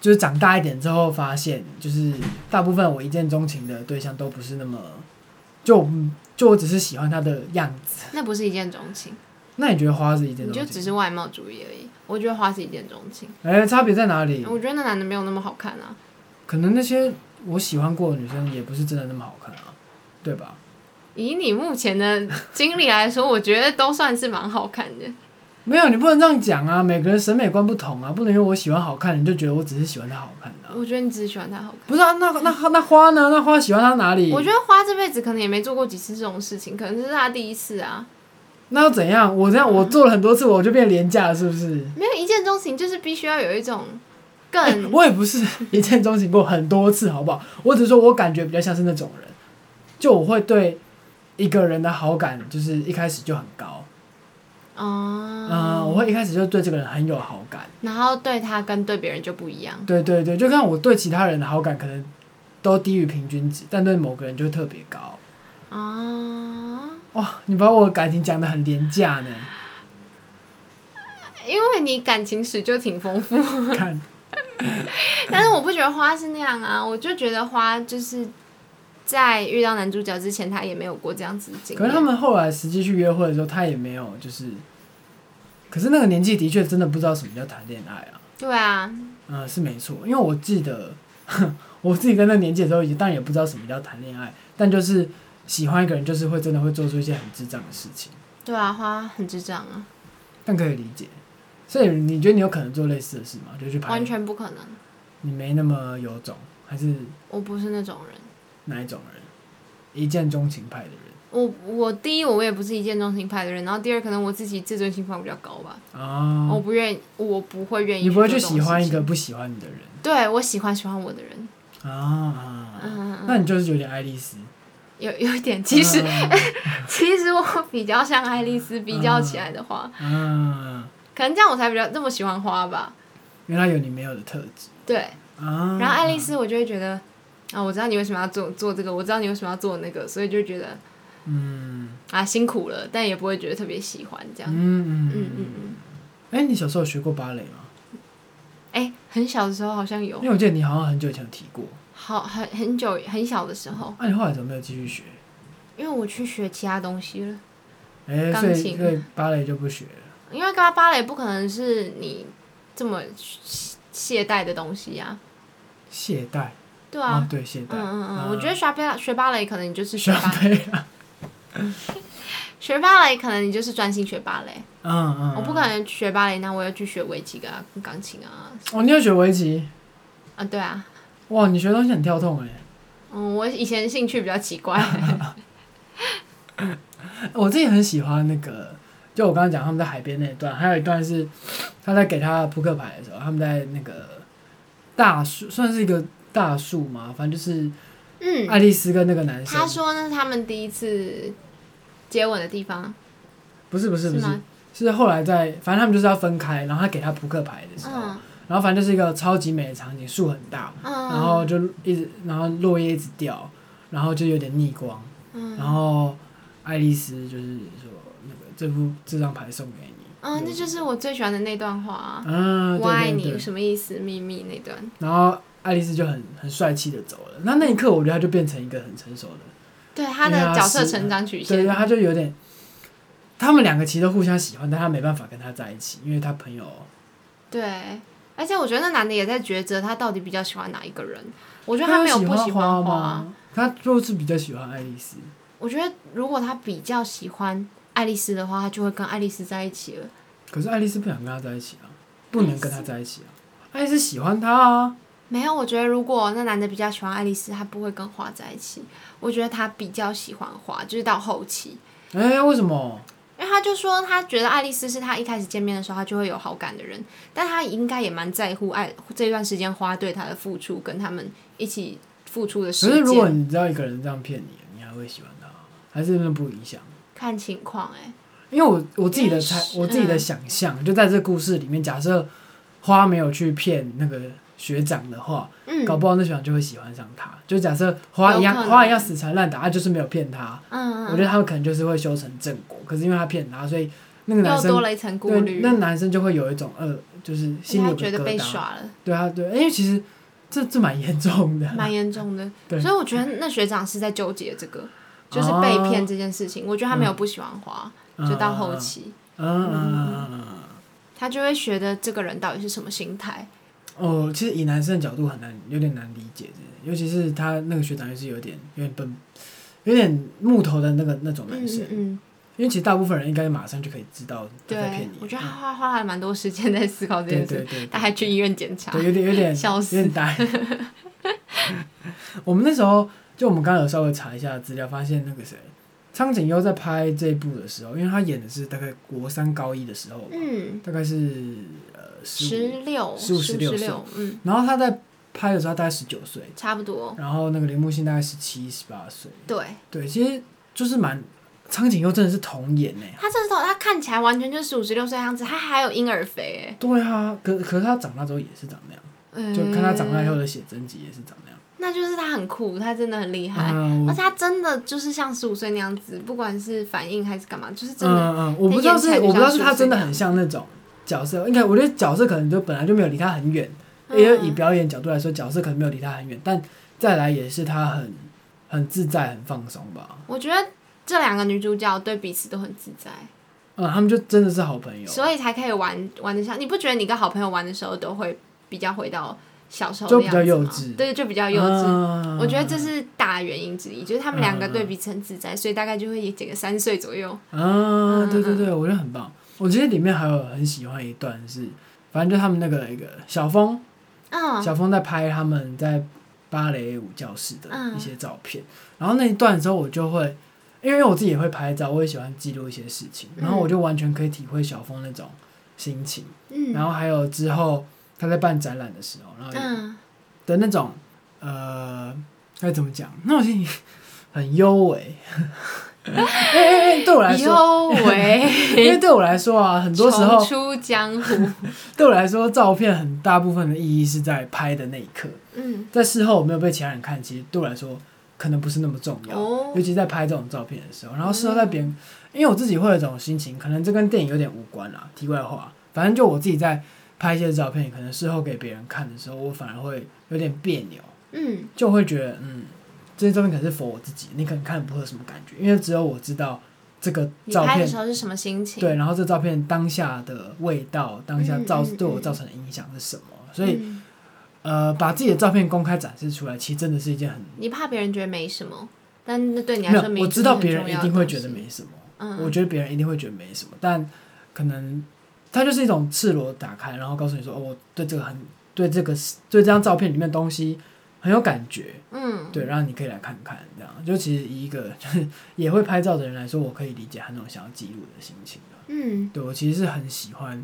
[SPEAKER 1] 就是长大一点之后发现，就是大部分我一见钟情的对象都不是那么，就就我只是喜欢他的样子。
[SPEAKER 2] 那不是一见钟情，
[SPEAKER 1] 那你觉得花是一见
[SPEAKER 2] 你就
[SPEAKER 1] 钟
[SPEAKER 2] 只
[SPEAKER 1] 情？
[SPEAKER 2] 是外貌主义而已。我觉得花是一见钟情，
[SPEAKER 1] 哎、差别在哪里？
[SPEAKER 2] 我觉得那男的没有那么好看啊。
[SPEAKER 1] 可能那些我喜欢过的女生也不是真的那么好看啊，对吧？
[SPEAKER 2] 以你目前的经历来说，我觉得都算是蛮好看 的。
[SPEAKER 1] 没有，你不能这样讲啊！每个人审美观不同啊，不能因为我喜欢好看，你就觉得我只是喜欢他好看的啊、
[SPEAKER 2] 我觉得你只是喜欢他好看。
[SPEAKER 1] 不是啊，那那那花呢？那花喜欢他哪里？
[SPEAKER 2] 我觉得花这辈子可能也没做过几次这种事情，可能这是他第一次啊。
[SPEAKER 1] 那又怎样？我这样我做了很多次，我就变廉价了，是不是？
[SPEAKER 2] 没有一见钟情，就是必须要有一种
[SPEAKER 1] 哎
[SPEAKER 2] 更
[SPEAKER 1] 我也不是 一见钟情过很多次，好不好？我只是说我感觉比较像是那种人，就我会对一个人的好感就是一开始就很高，嗯、
[SPEAKER 2] 啊、
[SPEAKER 1] 我会一开始就对这个人很有好感。
[SPEAKER 2] 然后对他跟对别人就不一样。
[SPEAKER 1] 对对对，就看我对其他人的好感可能都低于平均值，但对某个人就会特别高。
[SPEAKER 2] 啊，
[SPEAKER 1] 哇，你把我的感情讲得很廉价 呢，
[SPEAKER 2] 因为你感情史就挺丰富，
[SPEAKER 1] 看，
[SPEAKER 2] 但是我不觉得花是那样啊，我就觉得花就是在遇到男主角之前，他也没有过这样子的经历。
[SPEAKER 1] 可是他们后来实际去约会的时候，他也没有就是，可是那个年纪的确真的不知道什么叫谈恋爱啊，
[SPEAKER 2] 对啊，
[SPEAKER 1] 嗯、是没错，因为我记得我自己在那个年纪的时候，也当然也不知道什么叫谈恋爱，但就是喜欢一个人，就是会真的会做出一些很智障的事情，
[SPEAKER 2] 对啊，花很智障啊，
[SPEAKER 1] 但可以理解。所以你觉得你有可能做类似的事吗？就去拍
[SPEAKER 2] 完全不可能。
[SPEAKER 1] 你没那么有种，还是
[SPEAKER 2] 我不是那种人，
[SPEAKER 1] 哪一种人？一见钟情派的人
[SPEAKER 2] 我我第一我也不是一见钟情派的人，然后第二可能我自己自尊心放比较高吧，
[SPEAKER 1] 啊，
[SPEAKER 2] 哦我不愿意，我不会愿意。
[SPEAKER 1] 你不会去喜欢一个？不喜欢你的人
[SPEAKER 2] 对我喜欢喜欢我的人，
[SPEAKER 1] 啊？
[SPEAKER 2] 嗯，嗯
[SPEAKER 1] 那
[SPEAKER 2] 嗯，
[SPEAKER 1] 你就是有点爱丽丝。
[SPEAKER 2] 有有一点，其实、
[SPEAKER 1] 啊，
[SPEAKER 2] 其实我比较像爱丽丝，比
[SPEAKER 1] 嗯
[SPEAKER 2] 较起来的话，
[SPEAKER 1] 啊
[SPEAKER 2] 可能这样我才比较那么喜欢花吧。
[SPEAKER 1] 原来有你没有的特质
[SPEAKER 2] 对，
[SPEAKER 1] 啊。
[SPEAKER 2] 然后爱丽丝我就会觉得，啊，我知道你为什么要做做这个，我知道你为什么要做那个，所以就觉得
[SPEAKER 1] 嗯，
[SPEAKER 2] 啊辛苦了，但也不会觉得特别喜欢
[SPEAKER 1] 嗯
[SPEAKER 2] 这样。
[SPEAKER 1] 嗯
[SPEAKER 2] 嗯嗯
[SPEAKER 1] 嗯嗯。
[SPEAKER 2] 嗯，
[SPEAKER 1] 哎，你小时候有学过芭蕾吗？
[SPEAKER 2] 哎、很小的时候好像有
[SPEAKER 1] 因，为我记得你好像很久以前有提过。啊
[SPEAKER 2] 好很很久很小的时候，
[SPEAKER 1] 那你后来怎么没有继续学？
[SPEAKER 2] 因为我去学其他东西了，
[SPEAKER 1] 哎，
[SPEAKER 2] 钢
[SPEAKER 1] 所以
[SPEAKER 2] 琴
[SPEAKER 1] 所以芭蕾就不学了。
[SPEAKER 2] 因为芭芭蕾不可能是你这么懈怠的东西呀、
[SPEAKER 1] 懈怠
[SPEAKER 2] 对啊。
[SPEAKER 1] 啊，对懈
[SPEAKER 2] 嗯
[SPEAKER 1] 怠。
[SPEAKER 2] 嗯
[SPEAKER 1] 啊
[SPEAKER 2] 嗯，我觉得学芭学芭蕾，可能你就是学
[SPEAKER 1] 学
[SPEAKER 2] 芭
[SPEAKER 1] 芭 蕾。
[SPEAKER 2] 学芭蕾，可能你就是专心学芭蕾。
[SPEAKER 1] 嗯嗯。
[SPEAKER 2] 我不可能学芭蕾，那我要去学围棋啊、钢琴啊
[SPEAKER 1] 哦，你有学围棋？
[SPEAKER 2] 啊，对啊，
[SPEAKER 1] 哇，你学东西很跳痛哎、
[SPEAKER 2] 嗯，我以前兴趣比较奇怪，
[SPEAKER 1] 我自己很喜欢那个，就我刚刚讲他们在海边那一段，还有一段是他在给他扑克牌的时候，他们在那个大树，算是一个大树嘛，反正就是
[SPEAKER 2] 嗯，
[SPEAKER 1] 爱丽丝跟那个男生
[SPEAKER 2] 他，说那是他们第一次接吻的地方，
[SPEAKER 1] 不是不是不是
[SPEAKER 2] 吗？，
[SPEAKER 1] 是后来在，反正他们就是要分开，然后他给他扑克牌的时候，
[SPEAKER 2] 嗯
[SPEAKER 1] 然后反正就是一个超级美的场景，树很大，
[SPEAKER 2] 嗯，
[SPEAKER 1] 然后就一直，然后落叶一直掉，然后就有点逆光，
[SPEAKER 2] 嗯
[SPEAKER 1] 然后爱丽丝就是说那个这副这张牌送给你，
[SPEAKER 2] 嗯，那就是我最喜欢的那段话啊、
[SPEAKER 1] 嗯，
[SPEAKER 2] 我爱
[SPEAKER 1] 对对
[SPEAKER 2] 你
[SPEAKER 1] 对，
[SPEAKER 2] 什么意思？秘密那段，
[SPEAKER 1] 然后爱丽丝就很很帅气的走了。那那一刻，我觉得她就变成一个很成熟的，
[SPEAKER 2] 对他
[SPEAKER 1] 因为
[SPEAKER 2] 的
[SPEAKER 1] 他
[SPEAKER 2] 角色
[SPEAKER 1] 是
[SPEAKER 2] 成长曲线
[SPEAKER 1] 对，，她就有点，他们两个其实都互相喜欢，但她没办法跟他在一起，因为她朋友
[SPEAKER 2] 对，而且我觉得那男的也在抉择他到底比较喜欢哪一个人。我
[SPEAKER 1] 我
[SPEAKER 2] 觉得他没有不
[SPEAKER 1] 喜
[SPEAKER 2] 喜
[SPEAKER 1] 欢花
[SPEAKER 2] 欢花，
[SPEAKER 1] 吗？她就是比较喜欢爱丽丝，
[SPEAKER 2] 我觉得如果他比较喜欢爱丽丝的话，他就会跟爱丽丝在一起了。
[SPEAKER 1] 可是爱丽丝不想跟他在一起啊，不能跟他在一起啊。爱丽丝喜欢他啊，
[SPEAKER 2] 没有，我觉得如果那男的比较喜欢爱丽丝，他不会跟花在一起。我觉得他比较喜欢花，就是到后期，
[SPEAKER 1] 哎、为什么？
[SPEAKER 2] 因为他就说他觉得爱丽丝是他一开始见面的时候他就会有好感的人，但他应该也蛮在乎爱这段时间花对他的付出跟他们一起付出的时
[SPEAKER 1] 可是
[SPEAKER 2] 间。
[SPEAKER 1] 如果你知道一个人这样骗你，你还会喜欢他啊？还是真的不影响？
[SPEAKER 2] 看情况哎、
[SPEAKER 1] 因为我我自己的猜
[SPEAKER 2] 因为，是
[SPEAKER 1] 我自己的
[SPEAKER 2] 嗯
[SPEAKER 1] 想象，就在这故事里面，假设花没有去骗那个学长的话，
[SPEAKER 2] 嗯
[SPEAKER 1] 搞不好那学长就会喜欢上他。就假设花一
[SPEAKER 2] 有可
[SPEAKER 1] 样，
[SPEAKER 2] 能
[SPEAKER 1] 花一样死缠烂打，他就是没有骗他，
[SPEAKER 2] 嗯，嗯
[SPEAKER 1] 我觉得他们可能就是会修成正果。可是因为他骗他，所以那个男
[SPEAKER 2] 又多
[SPEAKER 1] 生
[SPEAKER 2] 了一层顾
[SPEAKER 1] 对
[SPEAKER 2] 虑，
[SPEAKER 1] 那男生就会有一种呃，就是心里
[SPEAKER 2] 他
[SPEAKER 1] 有
[SPEAKER 2] 觉
[SPEAKER 1] 个
[SPEAKER 2] 得被
[SPEAKER 1] 疙瘩。
[SPEAKER 2] 耍了，
[SPEAKER 1] 对啊，对，因为其实这这蛮严重的。
[SPEAKER 2] 蛮严重的。
[SPEAKER 1] 对
[SPEAKER 2] 所以我觉得那学长是在纠结这个，就是被骗这件事情。我觉得他没有不喜欢花，
[SPEAKER 1] 哦嗯
[SPEAKER 2] 就到后，期
[SPEAKER 1] 嗯嗯嗯嗯嗯嗯。
[SPEAKER 2] 他就会学的这个人到底是什么心态。
[SPEAKER 1] 哦，其实以男生的角度很难，有点难理解这，尤其是他那个学长又是有点有点笨，有点木头的那个那种男
[SPEAKER 2] 嗯
[SPEAKER 1] 生，
[SPEAKER 2] 嗯嗯，
[SPEAKER 1] 因为其实大部分人应该马上就可以知道他在
[SPEAKER 2] 对
[SPEAKER 1] 骗你，，
[SPEAKER 2] 我觉得他
[SPEAKER 1] 嗯
[SPEAKER 2] 花花了蛮多时间在思考这
[SPEAKER 1] 对
[SPEAKER 2] 件事，
[SPEAKER 1] 对 对，
[SPEAKER 2] 他还去医院检查
[SPEAKER 1] 对，有点有点
[SPEAKER 2] 笑死
[SPEAKER 1] 有点呆。 我们那时候就我们刚刚有稍微查一下资料，发现那个谁，苍井优在拍这一部的时候，因为他演的是大概国三高一的时候吧，
[SPEAKER 2] 嗯，
[SPEAKER 1] 大概是呃十五，
[SPEAKER 2] 十六
[SPEAKER 1] 15 16岁
[SPEAKER 2] 六，嗯，
[SPEAKER 1] 然后他在拍的时候他大概十九岁。
[SPEAKER 2] 差不多，
[SPEAKER 1] 然后那个铃木信大概十七、十八岁，
[SPEAKER 2] 对。
[SPEAKER 1] 对，其实就是蛮苍井优真的是童颜呢、
[SPEAKER 2] 他这时候他看起来完全就是十五十六岁的样子，他还有婴儿肥哎、
[SPEAKER 1] 对啊，可可是他长大之后也是长那样，
[SPEAKER 2] 嗯，
[SPEAKER 1] 就看他长大以后的写真集也是长那样。
[SPEAKER 2] 那就是他很酷，他真的很厉害，
[SPEAKER 1] 嗯，
[SPEAKER 2] 而
[SPEAKER 1] 我
[SPEAKER 2] 且他真的就是像十五岁那样子，不管是反应还是干嘛，就是真的，
[SPEAKER 1] 嗯嗯，我不知道是我不知道是他真的
[SPEAKER 2] 他
[SPEAKER 1] 很
[SPEAKER 2] 演起
[SPEAKER 1] 像那种角色，应该我觉得角色可能就本来就没有离他很远，
[SPEAKER 2] 嗯
[SPEAKER 1] 因为以表演角度来说，角色可能没有离他很远，但再来也是他很很自在、很放松吧。
[SPEAKER 2] 我觉得这两个女主角对彼此都很自在，
[SPEAKER 1] 嗯，他们就真的是好朋友，
[SPEAKER 2] 所以才可以玩玩得像。你不觉得你跟好朋友玩的时候都会比较回到小时候
[SPEAKER 1] 就
[SPEAKER 2] 的
[SPEAKER 1] 比
[SPEAKER 2] 样
[SPEAKER 1] 较
[SPEAKER 2] 子
[SPEAKER 1] 幼
[SPEAKER 2] 吗
[SPEAKER 1] 稚
[SPEAKER 2] 对，就比较幼稚。
[SPEAKER 1] 嗯
[SPEAKER 2] 我觉得这是大原因之一，就是他们两个对彼此很自
[SPEAKER 1] 嗯
[SPEAKER 2] 在，所以大概就会减个三岁左右。
[SPEAKER 1] 啊，
[SPEAKER 2] 嗯
[SPEAKER 1] 对对对，我觉得很棒。我其实里面还有很喜欢一段是，反正就他们那个一个小峰，
[SPEAKER 2] 嗯，
[SPEAKER 1] 小峰在拍他们在芭蕾舞教室的
[SPEAKER 2] 嗯
[SPEAKER 1] 一些照片，然后那一段的时候我就会，因为我自己也会拍照，我也喜欢记录一些事情，
[SPEAKER 2] 嗯
[SPEAKER 1] 然后我就完全可以体会小峰那种心情，然
[SPEAKER 2] 嗯
[SPEAKER 1] 后还有之后他在办展览的时候，然后也
[SPEAKER 2] 嗯，
[SPEAKER 1] 的那种呃，该怎么讲？那种心情很优美。 哎哎哎，对我来说，
[SPEAKER 2] 呦喂，
[SPEAKER 1] 因为对我来说 啊，很多时
[SPEAKER 2] 重
[SPEAKER 1] 候
[SPEAKER 2] 出江湖。
[SPEAKER 1] 对我来说，照片很大部分的意义是在拍的那一刻，
[SPEAKER 2] 嗯，
[SPEAKER 1] 在事后我没有被其他人看，其实对我来说可能不是那么重要。
[SPEAKER 2] 哦嗯
[SPEAKER 1] 尤，其在拍这种照片的时候，然后事后在别人，因为我自己会有一种心情，可能这跟电影有点无关啦。题外话，反正就我自己在拍一些照片，可能事后给别人看的时候，我反而会有点别扭，
[SPEAKER 2] 嗯
[SPEAKER 1] 就会觉得嗯，这些照片可能是否我自己，你可能看不会有什么感觉，因为只有我知道这个，
[SPEAKER 2] 你
[SPEAKER 1] 照
[SPEAKER 2] 拍
[SPEAKER 1] 片
[SPEAKER 2] 的时候是什么心情？
[SPEAKER 1] 对，然后这照片当下的味道，当下造
[SPEAKER 2] 嗯嗯
[SPEAKER 1] 对我
[SPEAKER 2] 嗯
[SPEAKER 1] 造成的影响是什么？所
[SPEAKER 2] 嗯，
[SPEAKER 1] 以呃，把自己的照片公开展示出来，其实真的是一件很
[SPEAKER 2] 你怕别人觉得没什么，但那对你来
[SPEAKER 1] 没
[SPEAKER 2] 说
[SPEAKER 1] 有，
[SPEAKER 2] 没
[SPEAKER 1] 我知道别人一定会觉得
[SPEAKER 2] 没。
[SPEAKER 1] 没什么，
[SPEAKER 2] 嗯，
[SPEAKER 1] 我觉得别人一定会觉得没什么，但可能它就是一种赤裸打开，然后告诉你说，哦，我对这个很对这个对这张照片里面的东西很有感觉，
[SPEAKER 2] 嗯，
[SPEAKER 1] 对，然后你可以来看看，这样就其实以一个 就是也会拍照的人来说，我可以理解他那种想要记录的心情。啊
[SPEAKER 2] 嗯
[SPEAKER 1] 对我其实是很喜欢，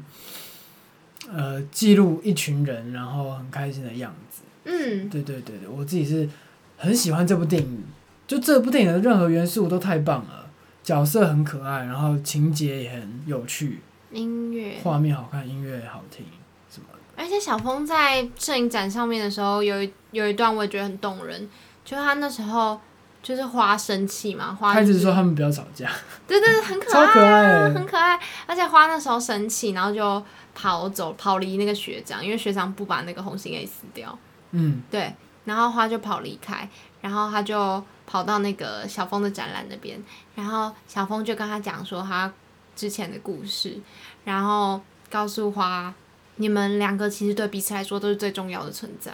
[SPEAKER 1] 呃，记录一群人然后很开心的样子。
[SPEAKER 2] 嗯，
[SPEAKER 1] 对对对对，我自己是很喜欢这部电影，就这部电影的任何元素都太棒了，角色很可爱，然后情节也很有趣，
[SPEAKER 2] 音乐。
[SPEAKER 1] 画面好看，音乐好听，什么的
[SPEAKER 2] 而且小峰在摄影展上面的时候，有一有一段我也觉得很动人，就他那时候就是花生气嘛，花
[SPEAKER 1] 他一
[SPEAKER 2] 就
[SPEAKER 1] 直
[SPEAKER 2] 是
[SPEAKER 1] 说他们不要吵架，
[SPEAKER 2] 对对对，很可
[SPEAKER 1] 超
[SPEAKER 2] 爱，啊
[SPEAKER 1] 可爱
[SPEAKER 2] 很可爱。而且花那时候生气，然后就跑走，跑离那个学长，因为学长不把那个红心给撕掉，
[SPEAKER 1] 嗯
[SPEAKER 2] 对。然后花就跑离开，然后他就跑到那个小峰的展览那边，然后小峰就跟他讲说他之前的故事，然后告诉花，你们两个其实对彼此来说都是最重要的存在。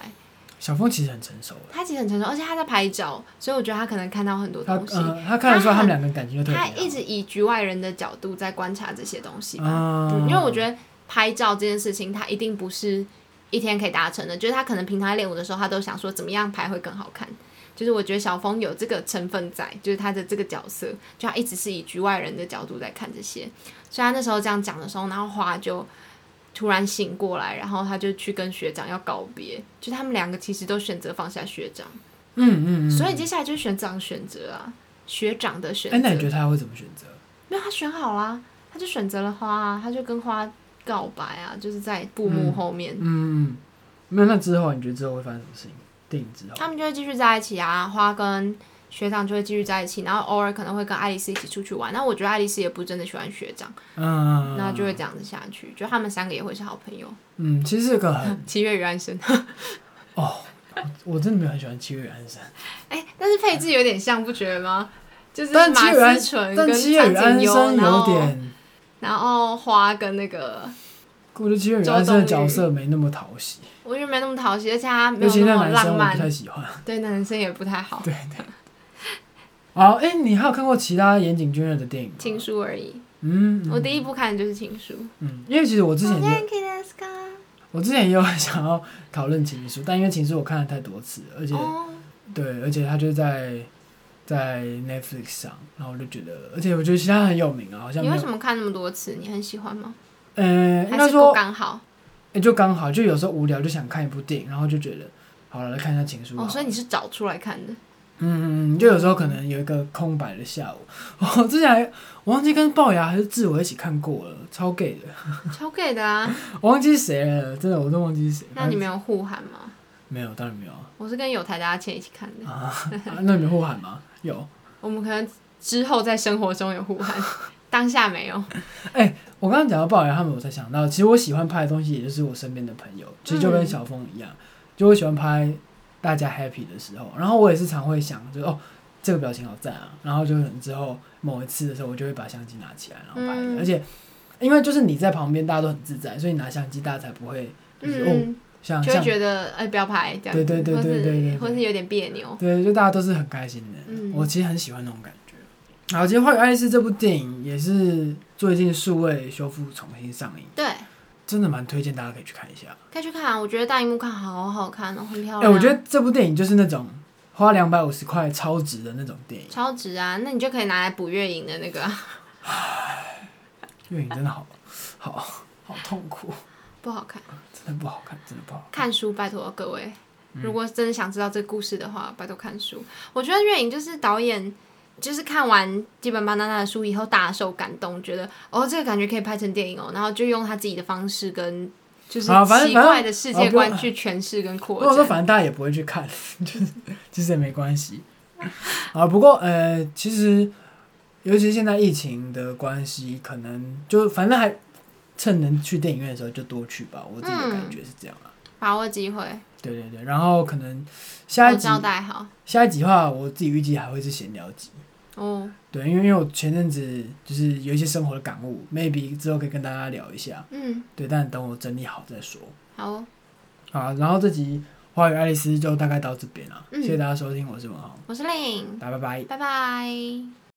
[SPEAKER 1] 小峰其实很成熟，
[SPEAKER 2] 他其实很成熟，而且他在拍照，所以我觉得他可能看到很多
[SPEAKER 1] 他
[SPEAKER 2] 东西。
[SPEAKER 1] 呃他看得出来他们两个感情就特别
[SPEAKER 2] 他
[SPEAKER 1] 好，
[SPEAKER 2] 一直以局外人的角度在观察这些东西吧，
[SPEAKER 1] 啊
[SPEAKER 2] 嗯因为我觉得拍照这件事情，它一定不是一天可以达成的，就是他可能平常在练舞的时候，他都想说怎么样拍会更好看。就是我觉得小峰有这个成分在，就是他的这个角色，就他一直是以局外人的角度在看这些。所以他那时候这样讲的时候，然后花就突然醒过来，然后他就去跟学长要告别，就他们两个其实都选择放下学长，啊
[SPEAKER 1] 嗯嗯嗯，
[SPEAKER 2] 所以接下来就是学长选择啊，学长的选
[SPEAKER 1] 哎，那你觉得
[SPEAKER 2] 择。
[SPEAKER 1] 他会怎么选择？
[SPEAKER 2] 没有，他选好啦，他就选择了花啊，他就跟花告白啊，就是在布幕
[SPEAKER 1] 嗯
[SPEAKER 2] 后面，
[SPEAKER 1] 嗯，没有。那之后你觉得之后会发生什么事情？电影之后，
[SPEAKER 2] 他们就会继续在一起啊，花跟学长就会继续在一起，然后偶尔可能会跟爱丽丝一起出去玩。那我觉得爱丽丝也不是真的喜欢学长，
[SPEAKER 1] 嗯，
[SPEAKER 2] 那就会这样子下去，就他们三个也会是好朋友。
[SPEAKER 1] 嗯，其实是个很
[SPEAKER 2] 七月与安生，
[SPEAKER 1] 哦，我真的没有很喜欢七月与安生，
[SPEAKER 2] 哎、但是配置有点像，不觉得吗？就是
[SPEAKER 1] 但七
[SPEAKER 2] 马
[SPEAKER 1] 月与安
[SPEAKER 2] 思纯
[SPEAKER 1] 但
[SPEAKER 2] 跟
[SPEAKER 1] 七月与
[SPEAKER 2] 苍
[SPEAKER 1] 安
[SPEAKER 2] 井优，
[SPEAKER 1] 生
[SPEAKER 2] 然
[SPEAKER 1] 有
[SPEAKER 2] 后
[SPEAKER 1] 点，
[SPEAKER 2] 然后花跟那个，
[SPEAKER 1] 我觉得七月与安生的角色没那么讨喜，
[SPEAKER 2] 我觉得没那么讨喜，而且他没
[SPEAKER 1] 尤
[SPEAKER 2] 有
[SPEAKER 1] 其
[SPEAKER 2] 那
[SPEAKER 1] 那
[SPEAKER 2] 么
[SPEAKER 1] 男生
[SPEAKER 2] 浪
[SPEAKER 1] 我不
[SPEAKER 2] 漫
[SPEAKER 1] 太，喜 欢。
[SPEAKER 2] 对男生也不太好，
[SPEAKER 1] 对对。好，哎、你还有看过其他岩井俊二的电影吗？
[SPEAKER 2] 情书而已。
[SPEAKER 1] 嗯，嗯
[SPEAKER 2] 我第一部看的就是情书。
[SPEAKER 1] 嗯，因为其实我之前也
[SPEAKER 2] Thank you, that's good
[SPEAKER 1] 我之前也有想要讨论情书，但因为情书我看了太多次，而且、
[SPEAKER 2] 哦，
[SPEAKER 1] 对，而且它就在在 Netflix 上，然后我就觉得，而且我觉得其他很有名啊，好像
[SPEAKER 2] 你
[SPEAKER 1] 没
[SPEAKER 2] 为
[SPEAKER 1] 有
[SPEAKER 2] 什，么看那么多次？你很喜欢吗？
[SPEAKER 1] 呃，应
[SPEAKER 2] 还
[SPEAKER 1] 该
[SPEAKER 2] 是不
[SPEAKER 1] 说、
[SPEAKER 2] 刚好？
[SPEAKER 1] 诶就刚好，就有时候无聊就想看一部电影，然后就觉得好了，来看一下情书好
[SPEAKER 2] 哦，
[SPEAKER 1] 了。
[SPEAKER 2] 所以你是找出来看 的。
[SPEAKER 1] 嗯嗯嗯，就有时候可能有一个空白的下午， 我之前还我忘记跟龅牙还是志伟一起看过了，超 gay 的，
[SPEAKER 2] 超 gay 的啊！
[SPEAKER 1] 我忘记谁了，真的我都忘记是谁。
[SPEAKER 2] 那你
[SPEAKER 1] 反
[SPEAKER 2] 们有互喊吗？
[SPEAKER 1] 正没有，当然没有啊，
[SPEAKER 2] 我是跟有台大家倩一起看的，
[SPEAKER 1] 啊啊那你们互喊吗？有，
[SPEAKER 2] 我们可能之后在生活中有 互喊，当下没
[SPEAKER 1] 哦
[SPEAKER 2] 有。
[SPEAKER 1] 我刚刚讲到龅牙他们，我才想到，其实我喜欢拍的东西，也就是我身边的朋友，其实就跟小峰一样，就我喜欢拍大家 happy 的时候，然后我也是常会想，就是哦，这个表情好赞啊，然后就可能之后某一次的时候，我就会把相机拿起来，然后拍，
[SPEAKER 2] 嗯
[SPEAKER 1] 而且因为就是你在旁边，大家都很自在，所以你拿相机大家才不会就是、哦，
[SPEAKER 2] 嗯，
[SPEAKER 1] 像
[SPEAKER 2] 就会
[SPEAKER 1] 像
[SPEAKER 2] 觉得哎、不要拍这样
[SPEAKER 1] 对
[SPEAKER 2] 子，
[SPEAKER 1] 对对对对对对
[SPEAKER 2] 或是或是有点别扭。
[SPEAKER 1] 对，就大家都是很开心的。
[SPEAKER 2] 哦嗯
[SPEAKER 1] 我其实很喜欢那种感觉。好，其实《花与爱丽丝》这部电影也是最近数位修复重新上映，
[SPEAKER 2] 对，
[SPEAKER 1] 真的蛮推荐大家可以去看一下。
[SPEAKER 2] 可以去看，我觉得大荧幕看好好看哦，很漂
[SPEAKER 1] 哎、
[SPEAKER 2] 亮。
[SPEAKER 1] 我觉得这部电影就是那种花两百五十块超值的那种电影，
[SPEAKER 2] 超值啊！那你就可以拿来补月影的那个啊
[SPEAKER 1] 电影真的好好好痛苦，
[SPEAKER 2] 不好看。
[SPEAKER 1] 真的不好看，真的不好看。
[SPEAKER 2] 看书，拜托各位，
[SPEAKER 1] 嗯
[SPEAKER 2] 如果真的想知道这个故事的话，拜托看书。我觉得月影就是导演，就是看完《基本巴娜娜》的书以后大受感动，觉得哦，这个感觉可以拍成电影哦，然后就用他自己的方式跟就是
[SPEAKER 1] 啊反正
[SPEAKER 2] 奇怪的世界
[SPEAKER 1] 反
[SPEAKER 2] 观
[SPEAKER 1] 正
[SPEAKER 2] 去诠释跟
[SPEAKER 1] 如
[SPEAKER 2] 扩
[SPEAKER 1] 果说
[SPEAKER 2] 展。
[SPEAKER 1] 反正大家也不会去看， 就是其实也没关系。啊，不过呃，其实尤其是现在疫情的关系，可能就反正还趁能去电影院的时候就多去吧，我自己的感觉是这样啊。
[SPEAKER 2] 把握机会，
[SPEAKER 1] 对对对，然后可能下
[SPEAKER 2] 都
[SPEAKER 1] 一集
[SPEAKER 2] 交代好
[SPEAKER 1] 下一集的话，我自己预计还会是闲聊集。
[SPEAKER 2] 哦。
[SPEAKER 1] 对，因为因为我前阵子就是有一些生活的感悟，maybe 之后可以跟大家聊一下。
[SPEAKER 2] 嗯，
[SPEAKER 1] 对，但等我整理好再说。
[SPEAKER 2] 好哦，
[SPEAKER 1] 好，然后这集《花与爱丽丝》就大概到这边了，
[SPEAKER 2] 嗯
[SPEAKER 1] 谢谢大家收听，我是文豪，
[SPEAKER 2] 我是令，
[SPEAKER 1] 大家拜拜。
[SPEAKER 2] 拜拜。